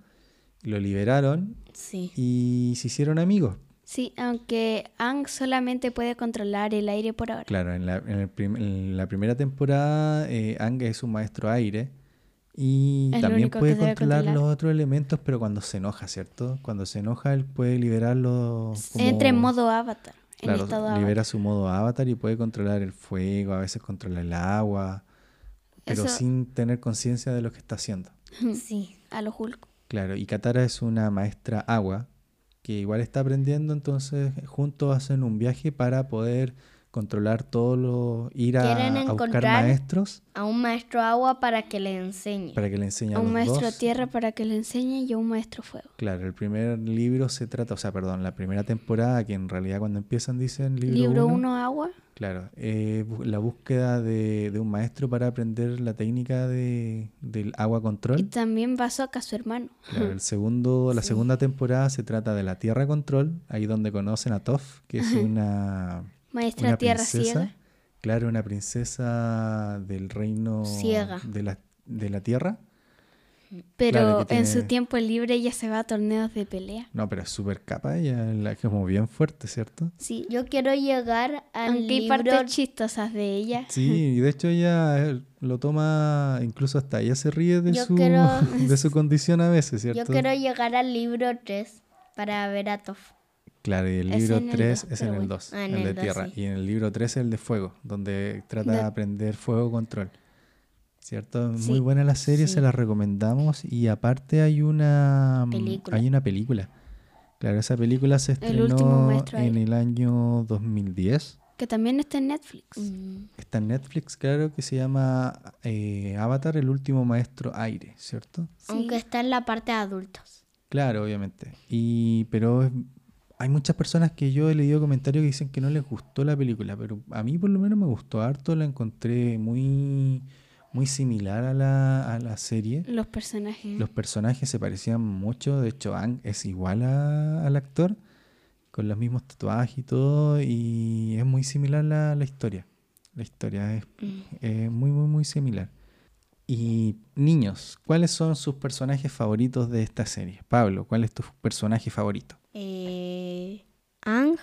A: lo liberaron
C: Sí.
A: y se hicieron amigos.
B: Sí, aunque Ang solamente puede controlar el aire por ahora.
A: Claro, en la, en el prim- en la primera temporada eh, Aang es un maestro aire y
B: Es lo
A: también
B: único que
A: puede
B: sabe
A: controlar,
B: controlar.
A: los otros elementos, pero cuando se enoja, ¿cierto? Cuando se enoja él puede liberarlos. como-
B: Entra en modo avatar, en
A: Claro,
B: estado
A: libera
B: avatar.
A: su modo avatar y puede controlar el fuego, a veces controla el agua, pero
B: Eso-
A: sin tener conciencia de lo que está haciendo.
C: Sí.
B: a lo Hulk.
A: Claro, y Katara es una maestra agua que igual está aprendiendo, entonces eh, juntos hacen un viaje para poder controlar todo lo... ir a,
C: Quieren
A: a buscar
C: encontrar-
A: maestros
C: A un maestro agua para que le enseñe.
A: para que le enseñen
B: A
A: a
B: un
A: los
B: maestro
A: dos.
B: tierra para que le enseñe y a un maestro fuego.
A: Claro, el primer libro se trata, o sea, perdón, la primera temporada, que en realidad cuando empiezan dicen
B: Libro 1, agua.
A: Claro, eh, bu- la búsqueda de, de un maestro para aprender la técnica de, del agua
B: Y
A: control.
B: también va Sokka, su hermano.
A: Claro, el segundo, la segunda temporada se trata de la tierra control, ahí donde conocen a Toph, que es una,
B: Maestra
A: una
B: tierra
A: princesa.
B: ciega.
A: Claro, una princesa del reino
C: Ciega.
A: De, la, de la tierra.
B: Pero
A: Claro que
B: en
A: tiene-
B: su tiempo libre ella se va a torneos de pelea.
A: No, pero es súper capa ella, la que es como bien fuerte, ¿cierto?
B: Sí.
C: Yo quiero llegar al
B: Aunque hay
C: libro
B: partes chistosas de
C: Eh.
B: ella.
A: Sí, y de hecho ella eh, lo toma, incluso hasta ella se ríe de,
C: Yo
A: su,
C: quiero-
A: de su condición a veces, ¿cierto?
C: Yo quiero llegar al libro 3 para ver a Toph.
A: Claro, y el
B: Es
A: libro
B: en el
A: 3
B: dos,
A: es en
B: pero
A: el
B: bueno.
A: 2,
C: Ah, en
A: el,
C: el
A: de
C: dos,
A: tierra.
C: sí.
A: Y en el libro 3 es el de fuego, donde trata de
B: De-
A: aprender fuego control. ¿Cierto?
C: Sí,
A: Muy buena la serie, se
C: sí.
A: la recomendamos. Y aparte hay una, mm,
C: Película.
A: hay una película. Claro, esa película se
B: último
A: estrenó
B: maestro
A: en
B: aire.
A: el año 2010.
B: Que también está en Netflix.
C: Mm,
A: Está en Netflix, claro, que se llama eh, Avatar, el último maestro aire, ¿cierto?
B: Sí.
C: Aunque está en la parte de adultos.
A: Claro, obviamente. Y, pero es- hay muchas personas que yo he leído comentarios que dicen que no les gustó la película, pero a mí por lo menos me gustó harto, la encontré muy, muy similar a la, a la serie.
B: Los personajes.
A: Los personajes se parecían mucho, de hecho Ang es igual a- al actor, con los mismos tatuajes y todo, y es muy similar la, la historia. La historia es,
C: Mm.
A: es muy, muy, muy similar. Y niños, ¿cuáles son sus personajes favoritos de esta serie? Pablo, ¿cuál es tu personaje favorito?
C: Eh, Ang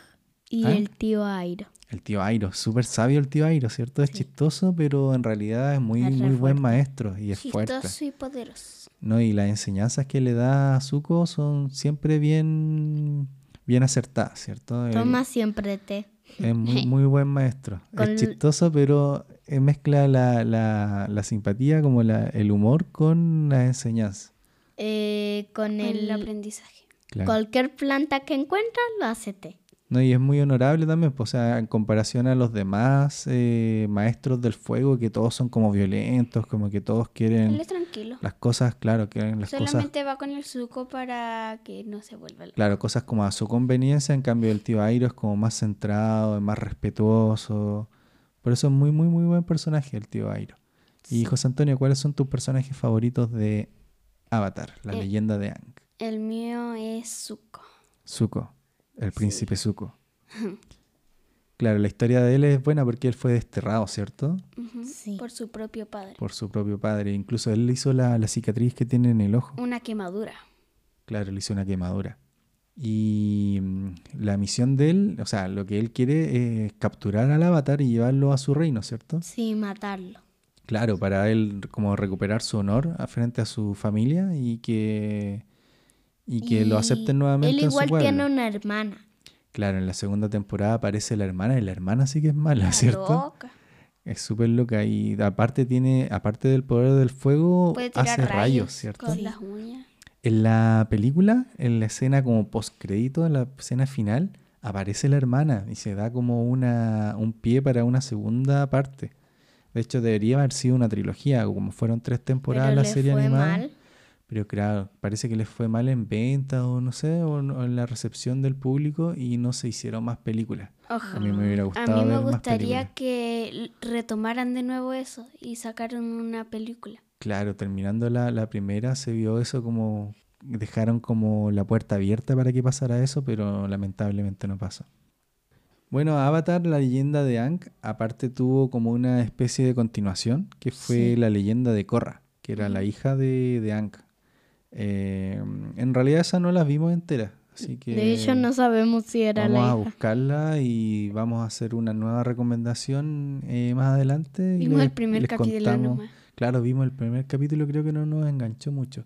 C: y
A: Ang.
C: el tío Airo.
A: El tío Airo, súper sabio el tío Airo, ¿cierto? Es chistoso, pero en realidad es muy,
C: Es re
A: muy buen
C: fuerte.
A: maestro y es fuerte.
B: Chistoso y poderoso.
A: No, y las enseñanzas que le da a Zuko son siempre bien, bien acertadas, ¿cierto? El-
C: Toma siempre té.
A: Es muy, muy buen maestro.
C: Con-
A: Es chistoso, pero eh, mezcla la, la- la simpatía, como la- el humor, con la enseñanza.
C: Eh, con
B: El
C: el,
B: aprendizaje.
A: Claro.
C: cualquier planta que encuentra lo hace té.
A: No, y es muy honorable también, pues, o sea, en comparación a los demás eh, maestros del fuego, que todos son como violentos, como que todos
B: Él
A: quieren
B: es tranquilo.
A: las cosas, claro, quieren las cosas
B: Solamente va con el suco para que no se vuelva loco.
A: Claro, cosas como a su conveniencia, en cambio el tío Airo es como más centrado, es más respetuoso. Por eso es muy, muy, muy buen personaje el tío Airo. Y José Antonio, ¿cuáles son tus personajes favoritos de Avatar, la
B: Eh.
A: leyenda de Ang?
B: El mío es suco.
A: Zuko, el príncipe Zuko. Claro, la historia de él es buena porque él fue desterrado, ¿cierto?
C: Sí.
B: Por su propio padre.
A: Por su propio padre. Incluso él le hizo la, la cicatriz que tiene en el ojo.
B: Una quemadura.
A: Claro, le hizo una quemadura. Y mm, la misión de él, o sea, lo que él quiere es capturar al avatar y llevarlo a su reino, ¿cierto?
C: Sí, matarlo.
A: Claro, para él como recuperar su honor a- frente a su familia y que, y que lo
C: Y
A: acepten nuevamente
C: Él
A: en su
C: igual
A: pueblo.
C: tiene una hermana.
A: Claro, en la segunda temporada aparece la hermana y la hermana sí que es mala,
B: Está
A: ¿cierto?
B: loca.
A: Es súper loca y aparte tiene, aparte del poder del fuego,
B: Puede tirar
A: hace rayos,
B: rayos
A: ¿cierto?
B: con
C: Sí.
B: las uñas.
A: En la película, en la escena como postcrédito, en la escena final, aparece la hermana y se da como una, un pie para una segunda parte. De hecho, debería haber sido una trilogía, como fueron tres temporadas
C: Pero
A: la
C: le
A: serie
C: fue
A: animada.
C: mal.
A: Pero claro, parece que les fue mal en venta o no sé, o no- en la recepción del público y no se hicieron más películas. A
B: Ojo.
A: mí me hubiera
B: A
A: gustado
B: mí me
A: ver más películas.
B: gustaría que l- retomaran de nuevo eso y sacaran una película.
A: Claro, terminando la, la primera se vio eso como dejaron como la puerta abierta para que pasara eso, pero lamentablemente no pasó. Bueno, Avatar, la leyenda de Ang, aparte tuvo como una especie de continuación, que fue
C: Sí.
A: la leyenda de Korra, que era la hija de, de Ang. Eh, en realidad esa no las vimos enteras, así que
C: De hecho, no sabemos si era
A: vamos a
C: la hija.
A: buscarla y vamos a hacer una nueva recomendación eh, más adelante. y
B: Vimos
A: les-
B: el primer
A: les
B: capítulo
A: contamos-
B: nomás.
A: Claro, vimos el primer capítulo, creo que no nos enganchó mucho.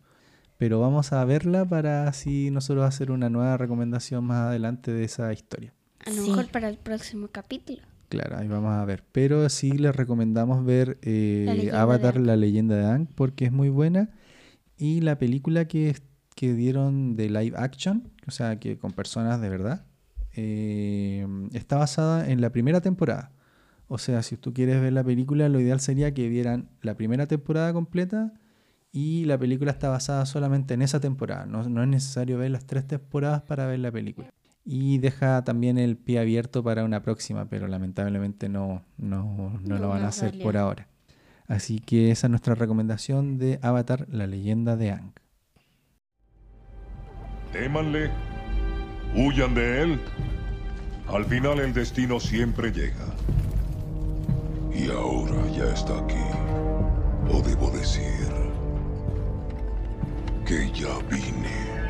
A: Pero vamos a verla para así nosotros hacer una nueva recomendación más adelante de esa historia.
B: A lo
C: Sí.
B: mejor para el próximo capítulo.
A: Claro, ahí vamos a ver. Pero sí les recomendamos ver eh,
B: La leyenda de
A: Avatar,
B: Aang.
A: la leyenda de Ang, porque es muy buena. Y la película que, que dieron de live action, o sea, que con personas de verdad, eh, está basada en la primera temporada. O sea, si tú quieres ver la película, lo ideal sería que vieran la primera temporada completa y la película está basada solamente en esa temporada. No, no es necesario ver las tres temporadas para ver la película. Y deja también el pie abierto para una próxima, pero lamentablemente no, no, no
C: No
A: lo van a
C: nos
A: hacer
C: salió.
A: por ahora. Así que esa es nuestra recomendación de Avatar, la leyenda de Ang.
E: Témanle, huyan de él. Al final el destino siempre llega. Y ahora ya está aquí. O debo decir que ya vine.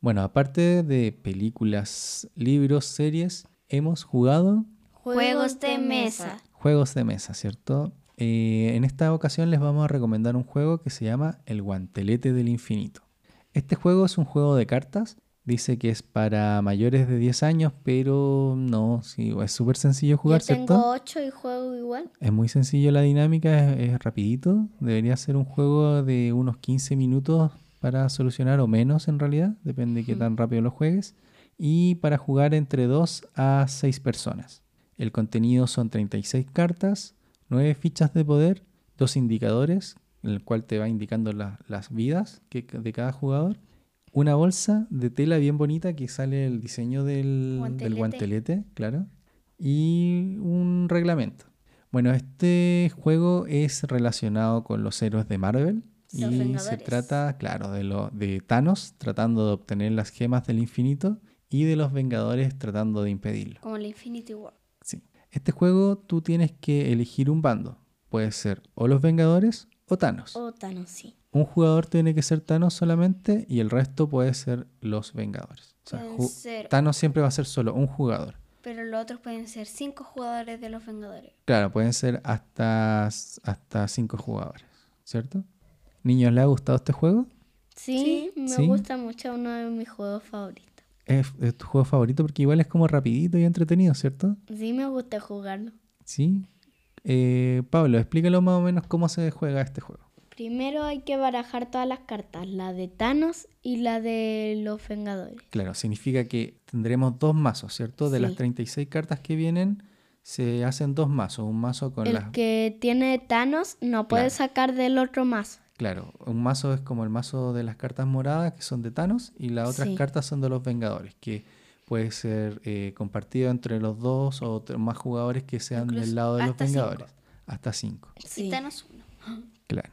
A: Bueno, aparte de películas, libros, series, hemos jugado
B: Juegos de mesa.
A: juegos de mesa, ¿cierto? Eh, en esta ocasión les vamos a recomendar un juego que se llama El Guantelete del Infinito. Este juego es un juego de cartas, dice que es para mayores de 10 años, pero no, sí, es súper sencillo jugar,
C: Yo
A: ¿cierto?
C: tengo 8 y juego igual.
A: Es muy sencillo la dinámica, es, es rapidito. Debería ser un juego de unos 15 minutos para solucionar o menos en realidad, depende de qué tan rápido lo juegues. Y para jugar entre 2 a 6 personas. El contenido son 36 cartas, 9 fichas de poder, dos indicadores, en el cual te va indicando la- las vidas que- de cada jugador. Una bolsa de tela bien bonita que sale el diseño del del
B: Guantelete.
A: guantelete claro. Y un reglamento. Bueno, este juego es relacionado con los héroes de Marvel y
C: Los
A: se
C: Vengadores.
A: trata, claro, de, lo, de Thanos tratando de obtener las gemas del infinito y de los Vengadores tratando de impedirlo.
B: Como la Infinity War.
A: Sí. Este juego tú tienes que elegir un bando. Puede ser o los Vengadores o Thanos.
C: O Thanos, sí.
A: Un jugador tiene que ser Thanos solamente y el resto puede ser los Vengadores. O sea,
B: Pueden
A: ju-
B: ser-
A: Thanos siempre va a ser solo un jugador.
B: Pero los otros pueden ser cinco jugadores de los Vengadores.
A: Claro, pueden ser hasta, hasta cinco jugadores, ¿cierto? Niños, ¿les ha gustado este juego?
C: Sí, me
A: Sí.
C: gusta mucho, uno de mis juegos favoritos.
A: Es, es tu juego favorito porque igual es como rapidito y entretenido, ¿cierto?
C: Sí, me gusta jugarlo.
A: Sí. Eh, Pablo, explícalo más o menos cómo se juega este juego.
C: Primero hay que barajar todas las cartas, la de Thanos y la de los Vengadores.
A: Claro, significa que tendremos dos mazos, ¿cierto? De las
C: Sí.
A: 36 cartas que vienen, se hacen dos mazos. Un mazo con
C: El
A: las...
C: que tiene Thanos no puede
A: Claro.
C: sacar del otro mazo.
A: Claro, un mazo es como el mazo de las cartas moradas, que son de Thanos, y las otras
C: Sí.
A: cartas son de los Vengadores, que puede ser eh, compartido entre los dos o tre- más jugadores que sean del
B: Incluso
A: lado de los
B: hasta cinco.
A: Vengadores. Hasta cinco,
C: Sí.
B: Y Thanos uno.
A: claro.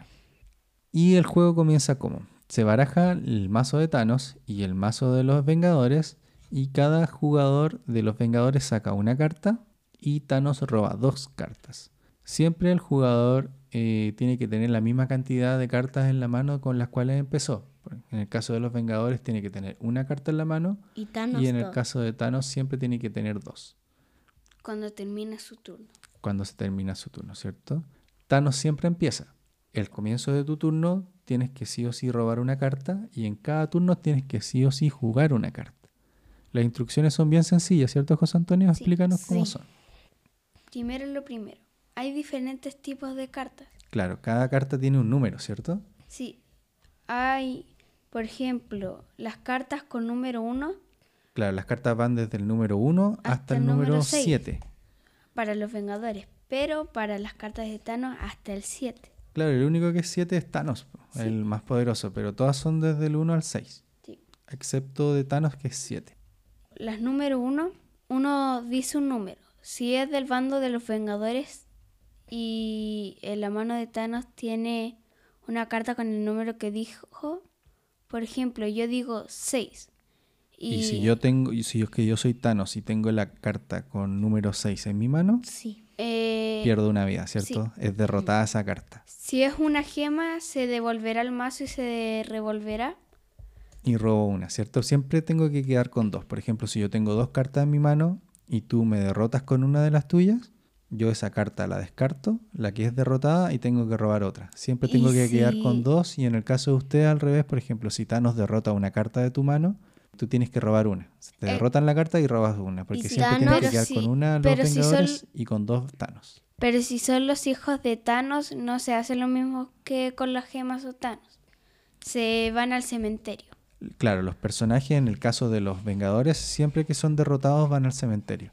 A: Y el juego comienza como, se baraja el mazo de Thanos y el mazo de los Vengadores, y cada jugador de los Vengadores saca una carta y Thanos roba dos cartas. Siempre el jugador eh, tiene que tener la misma cantidad de cartas en la mano con las cuales empezó. Por- En el caso de los Vengadores tiene que tener una carta en la mano
C: Y Thanos
A: y en el
C: dos.
A: caso de Thanos siempre tiene que tener dos
B: Cuando termina su turno.
A: cuando se termina su turno, ¿cierto? Thanos siempre empieza. El comienzo de tu turno tienes que sí o sí robar una carta y en cada turno tienes que sí o sí jugar una carta. Las instrucciones son bien sencillas, ¿cierto, José Antonio? Explícanos cómo
C: sí.
A: son.
B: Primero lo primero. Hay diferentes tipos de cartas.
A: Claro, cada carta tiene un número, ¿cierto?
B: Sí. Hay, por ejemplo, las cartas con número 1
A: Claro, las cartas van desde el número 1 hasta, el número
B: seis.
A: 7.
B: para los Vengadores, pero para las cartas de Thanos hasta el 7.
A: Claro, el único que es 7 es Thanos, po, el más poderoso, pero todas son desde el 1 al 6,
B: Sí.
A: excepto de Thanos que es 7.
B: Las número 1, uno dice un número. Si es del bando de los Vengadores y en la mano de Thanos tiene una carta con el número que dijo, por ejemplo, yo digo 6.
A: Y, si yo tengo, y si yo, que yo soy Thanos y tengo la carta con número 6 en mi mano,
C: Sí.
B: eh,
A: pierdo una vida, ¿cierto? Es derrotada esa carta.
B: Si es una gema, se devolverá al mazo y se revolverá.
A: y robo una, ¿cierto? Siempre tengo que quedar con dos. Por ejemplo, si yo tengo dos cartas en mi mano y tú me derrotas con una de las tuyas, yo esa carta la descarto, la que es derrotada, y tengo que robar otra. Siempre
C: Y
A: tengo que quedar
C: si-
A: con dos y en el caso de usted al revés, por ejemplo, si Thanos derrota una carta de tu mano, tú tienes que robar una. Te
B: Eh,
A: derrotan la carta y robas una, porque
C: si
A: siempre
C: Thanos-
A: tienes que
B: Pero
A: quedar
B: si-
A: con una los
B: pero si son-
A: Vengadores y con dos Thanos.
B: Pero si son los hijos de Thanos, no se hace lo mismo que con las gemas o Thanos. Se van al cementerio.
A: Claro, los personajes en el caso de los Vengadores, siempre que son derrotados van al cementerio.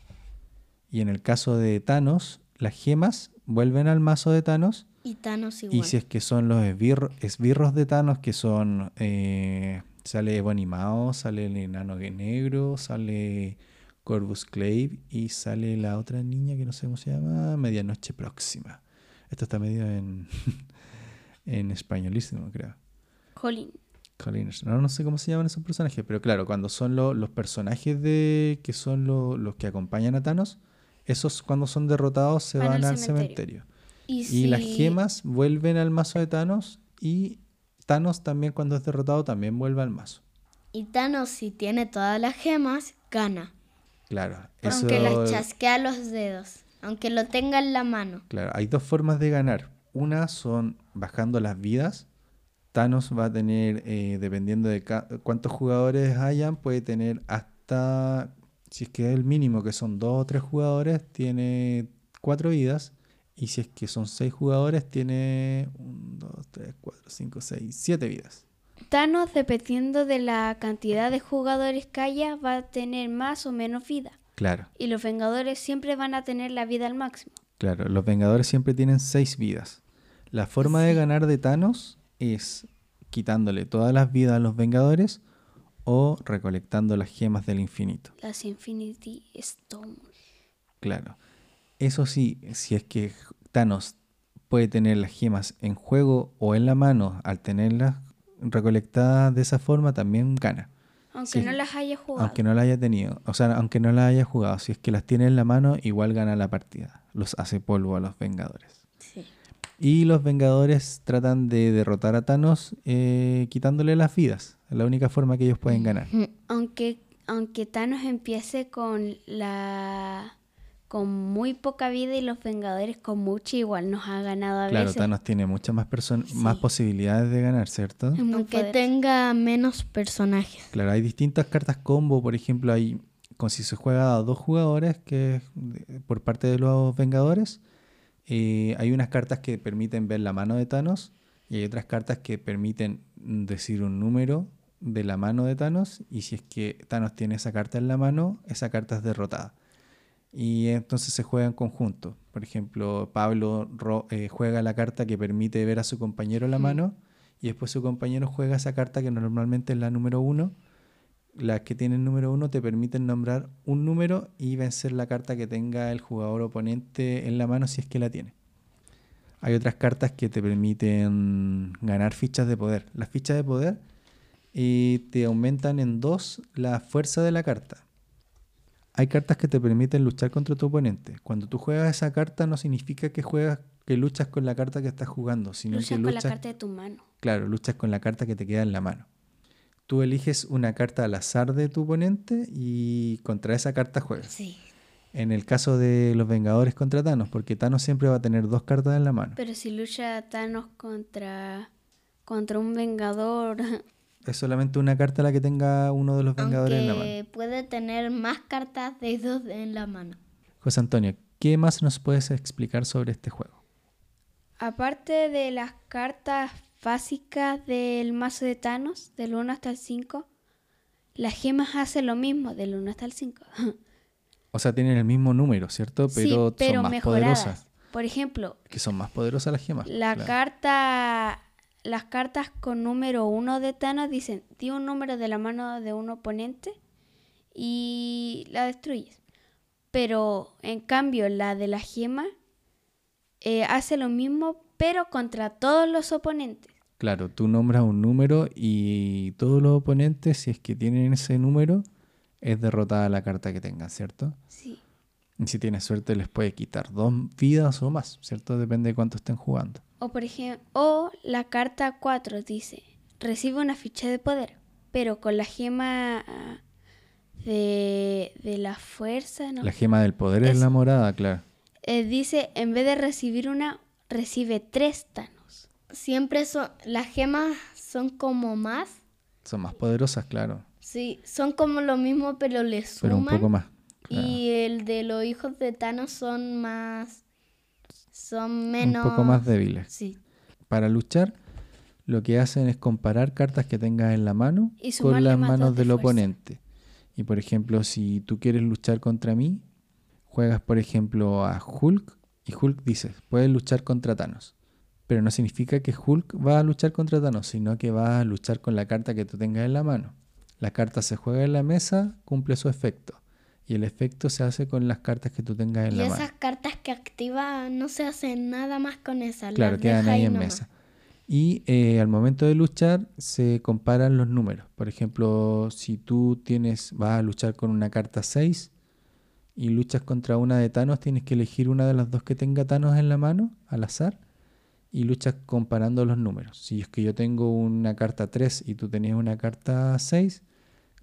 A: Y en el caso de Thanos, las gemas vuelven al mazo de Thanos.
C: Y Thanos
A: Y
C: igual.
A: si es que son los esbirro- esbirros de Thanos, que son... eh, sale Evo Animao, sale el enano que negro, sale Corvus Clave y sale la otra niña que no sé cómo se llama, Medianoche Próxima. Esto está medio en, en españolísimo, creo.
B: Jolín.
A: Colleen, No, no sé cómo se llaman esos personajes, pero claro, cuando son lo- los personajes de que son lo- los que acompañan a Thanos, esos cuando son derrotados se van, al cementerio. Y, las gemas vuelven al mazo de Thanos y Thanos también cuando es derrotado también vuelve al mazo.
C: Y Thanos, si tiene todas las gemas, gana.
A: Claro,
C: Aunque las
A: eso-
C: chasquea los dedos. Aunque lo tenga en la mano.
A: Claro, hay dos formas de ganar. Una son bajando las vidas. Thanos va a tener, eh, dependiendo de ca- cuántos jugadores hayan, puede tener hasta, si es que es el mínimo, que son dos o tres jugadores, tiene cuatro vidas. Y si es que son seis jugadores, tiene un, dos, tres, cuatro, cinco, seis, siete vidas.
B: Thanos, dependiendo de la cantidad de jugadores que haya, va a tener más o menos vida.
A: Claro,
B: Y los Vengadores siempre van a tener la vida al máximo.
A: claro. Los Vengadores siempre tienen seis vidas. La forma de ganar de Thanos es quitándole todas las vidas a los Vengadores o recolectando las gemas del infinito.
B: Las Infinity Stones.
A: Claro. Eso sí, si es que Thanos puede tener las gemas en juego o en la mano, al tenerlas recolectadas de esa forma también gana,
B: Aunque
A: Sí.
B: no las haya jugado.
A: aunque no la haya tenido, o sea, aunque no la haya jugado, si es que las tiene en la mano, igual gana la partida, los hace polvo a los Vengadores.
C: Sí.
A: Y los Vengadores tratan de derrotar a Thanos eh, quitándole las vidas, es la única forma que ellos pueden ganar.
B: Aunque, aunque Thanos empiece con la con muy poca vida y los Vengadores con mucha, igual nos ha ganado a
A: Claro,
B: veces.
A: Thanos tiene muchas más, person- más posibilidades de ganar, ¿cierto?
B: Es muy
C: Aunque
B: poderoso.
C: tenga menos personajes.
A: Claro, hay distintas cartas combo, por ejemplo, hay con si se juega a dos jugadores, que es de- por parte de los Vengadores, eh, hay unas cartas que permiten ver la mano de Thanos y hay otras cartas que permiten mm, decir un número de la mano de Thanos y si es que Thanos tiene esa carta en la mano, esa carta es derrotada. Y entonces se juega en conjunto. Por ejemplo, Pablo ro- eh, juega la carta que permite ver a su compañero la mano y después su compañero juega esa carta que normalmente es la número uno. Las que tienen número uno te permiten nombrar un número y vencer la carta que tenga el jugador oponente en la mano si es que la tiene. Hay otras cartas que te permiten ganar fichas de poder. Las fichas de poder eh, te aumentan en dos la fuerza de la carta. Hay cartas que te permiten luchar contra tu oponente. Cuando tú juegas esa carta no significa que juegas que luchas con la carta que estás jugando, sino
B: Luchas
A: que
B: con la
A: luchas
B: carta de tu mano.
A: Claro, luchas con la carta que te queda en la mano. Tú eliges una carta al azar de tu oponente y contra esa carta juegas.
C: Sí.
A: En el caso de los Vengadores contra Thanos, porque Thanos siempre va a tener dos cartas en la mano.
B: Pero si lucha Thanos contra, contra un Vengador,
A: Es solamente una carta la que tenga uno de los Vengadores en la mano.
C: Aunque puede tener más cartas de dos en la mano.
A: José Antonio, ¿qué más nos puedes explicar sobre este juego?
B: Aparte de las cartas básicas del mazo de Thanos, del 1 hasta el 5, las gemas hacen lo mismo, del 1 hasta el 5.
A: O sea, tienen el mismo número, ¿cierto? Pero,
B: sí, pero
A: son más
B: mejoradas.
A: poderosas.
B: Por ejemplo,
A: Que son más poderosas las gemas.
B: la
A: claro.
B: carta, las cartas con número 1 de Thanos dicen, di un número de la mano de un oponente y la destruyes. Pero en cambio, la de la gema eh, hace lo mismo, pero contra todos los oponentes.
A: Claro, tú nombras un número y todos los oponentes, si es que tienen ese número, es derrotada la carta que tengan, ¿cierto?
B: Sí.
A: Y si tienes suerte les puede quitar dos vidas o más, ¿cierto? Depende de cuánto estén jugando.
B: O por ejemplo, o la carta 4 dice, recibe una ficha de poder, pero con la gema ah, de, de la fuerza, ¿no?
A: La gema del poder es
B: Eso.
A: la morada, claro.
B: Eh, dice, en vez de recibir una, recibe tres Thanos.
C: Siempre son, las gemas son como más.
A: Son más poderosas, claro.
C: Sí, son como lo mismo, pero le suman.
A: Pero un poco más. claro.
C: Y el de los hijos de Thanos son más. Son
A: Un
C: menos.
A: poco más débiles.
C: Sí.
A: Para luchar, lo que hacen es comparar cartas que tengas en la mano
B: Y sumarle
A: con las
B: más dos
A: manos
B: de
A: del
B: fuerza.
A: oponente. Y por ejemplo, si tú quieres luchar contra mí, juegas por ejemplo a Hulk y Hulk dice, puedes luchar contra Thanos. Pero no significa que Hulk va a luchar contra Thanos, sino que va a luchar con la carta que tú tengas en la mano. La carta se juega en la mesa, cumple su efecto. Y el efecto se hace con las cartas que tú tengas en
C: Y
A: la
C: esas
A: mano.
C: cartas que activa no se hacen nada más con esas. las
A: Claro, quedan
C: deja
A: ahí en
C: nomás.
A: mesa. Y eh, al momento de luchar se comparan los números. Por ejemplo, si tú tienes, vas a luchar con una carta 6 y luchas contra una de Thanos, tienes que elegir una de las dos que tenga Thanos en la mano al azar y luchas comparando los números. Si es que yo tengo una carta 3 y tú tenías una carta 6,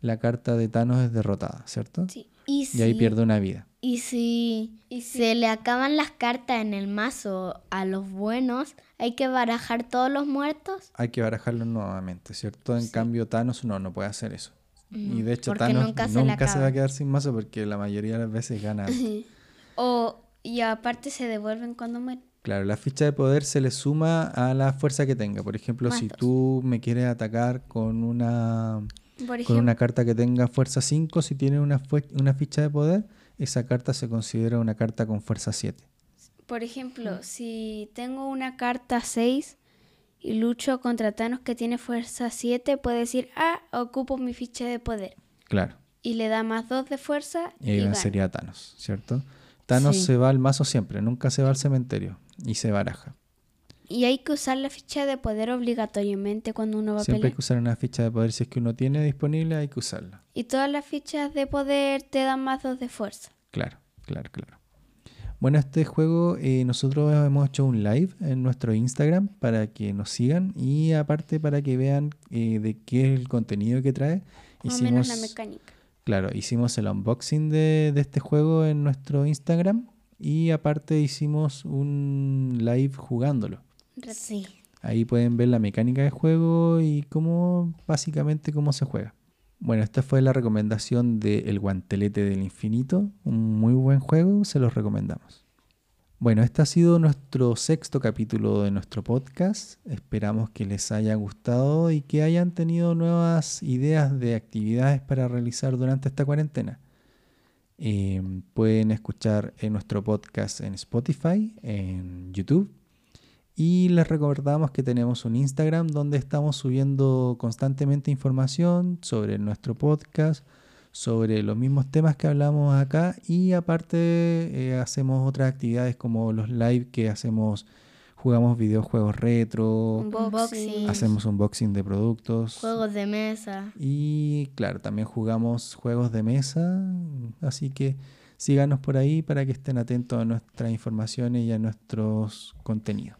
A: la carta de Thanos es derrotada, ¿cierto?
B: Sí.
C: Y,
A: Y ahí
C: si-
A: pierde una vida.
C: Y si, se le acaban las cartas en el mazo a los buenos, hay que barajar todos los muertos.
A: hay que barajarlo nuevamente, ¿cierto? En cambio, Thanos no, no puede hacer eso. y de hecho,
C: Mm, porque
A: Thanos nunca,
C: nunca
A: se,
C: se le
A: va a
C: acaba.
A: quedar sin mazo porque la mayoría de las veces gana. antes.
B: O, y aparte se devuelven cuando mueren.
A: claro, la ficha de poder se le suma a la fuerza que tenga. Por ejemplo,
B: Más
A: si
B: dos.
A: tú me quieres atacar con una,
B: Por
A: con
B: ejemplo,
A: una carta que tenga fuerza 5, si tiene una, fue- una ficha de poder, esa carta se considera una carta con fuerza 7.
B: por ejemplo si tengo una carta 6 y lucho contra Thanos que tiene fuerza 7, puedo decir, ah, ocupo mi ficha de poder.
A: Claro.
B: Y le da más 2 de fuerza
A: Y
B: y,
A: ahí
B: gana.
A: vencería a Thanos, ¿cierto? Thanos
C: Sí.
A: se va al mazo siempre, nunca se va al cementerio y se baraja.
B: Y hay que usar la ficha de poder obligatoriamente cuando uno va
A: Siempre
B: a
A: hay
B: pelear.
A: que usar una ficha de poder. Si es que uno tiene disponible, hay que usarla.
B: Y todas las fichas de poder te dan más 2 de fuerza.
A: Claro, claro, claro. Bueno, este juego eh, nosotros hemos hecho un live en nuestro Instagram para que nos sigan y aparte para que vean eh, de qué es el contenido que trae.
B: Más o menos la mecánica.
A: Claro, hicimos el unboxing de, de este juego en nuestro Instagram y aparte hicimos un live jugándolo.
C: Sí.
A: Ahí pueden ver la mecánica del juego y cómo, básicamente, cómo se juega. Bueno, esta fue la recomendación de El Guantelete del Infinito. Un muy buen juego, se los recomendamos. Bueno, este ha sido nuestro sexto capítulo de nuestro podcast. Esperamos que les haya gustado y que hayan tenido nuevas ideas de actividades para realizar durante esta cuarentena. Eh, pueden escuchar eh, nuestro podcast en Spotify, en YouTube y les recordamos que tenemos un Instagram donde estamos subiendo constantemente información sobre nuestro podcast, sobre los mismos temas que hablamos acá y aparte eh, hacemos otras actividades como los live que hacemos, jugamos videojuegos retro,
C: Unboxing.
A: hacemos unboxing de productos.
C: Juegos de mesa.
A: Y claro, también jugamos juegos de mesa, así que síganos por ahí para que estén atentos a nuestras informaciones y a nuestros contenidos.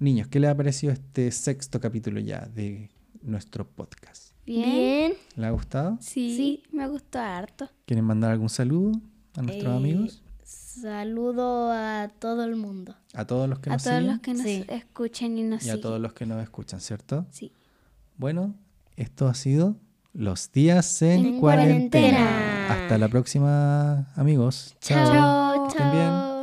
A: Niños, ¿qué les ha parecido este sexto capítulo ya de nuestro podcast?
B: Bien.
A: ¿Les ha gustado?
B: Sí, me gustó harto.
A: ¿Quieren mandar algún saludo a nuestros
C: Eh,
A: amigos?
C: Saludo a todo el mundo.
A: A todos los que
B: A
A: nos
B: todos
A: siguen
B: los que nos
C: Sí.
B: escuchan y nos
A: y a
B: siguen.
A: todos los que nos escuchan, ¿cierto?
B: Sí.
A: Bueno, esto ha sido Los días en,
C: En
A: cuarentena.
C: cuarentena.
A: Hasta la próxima, amigos.
C: Chao.
A: También.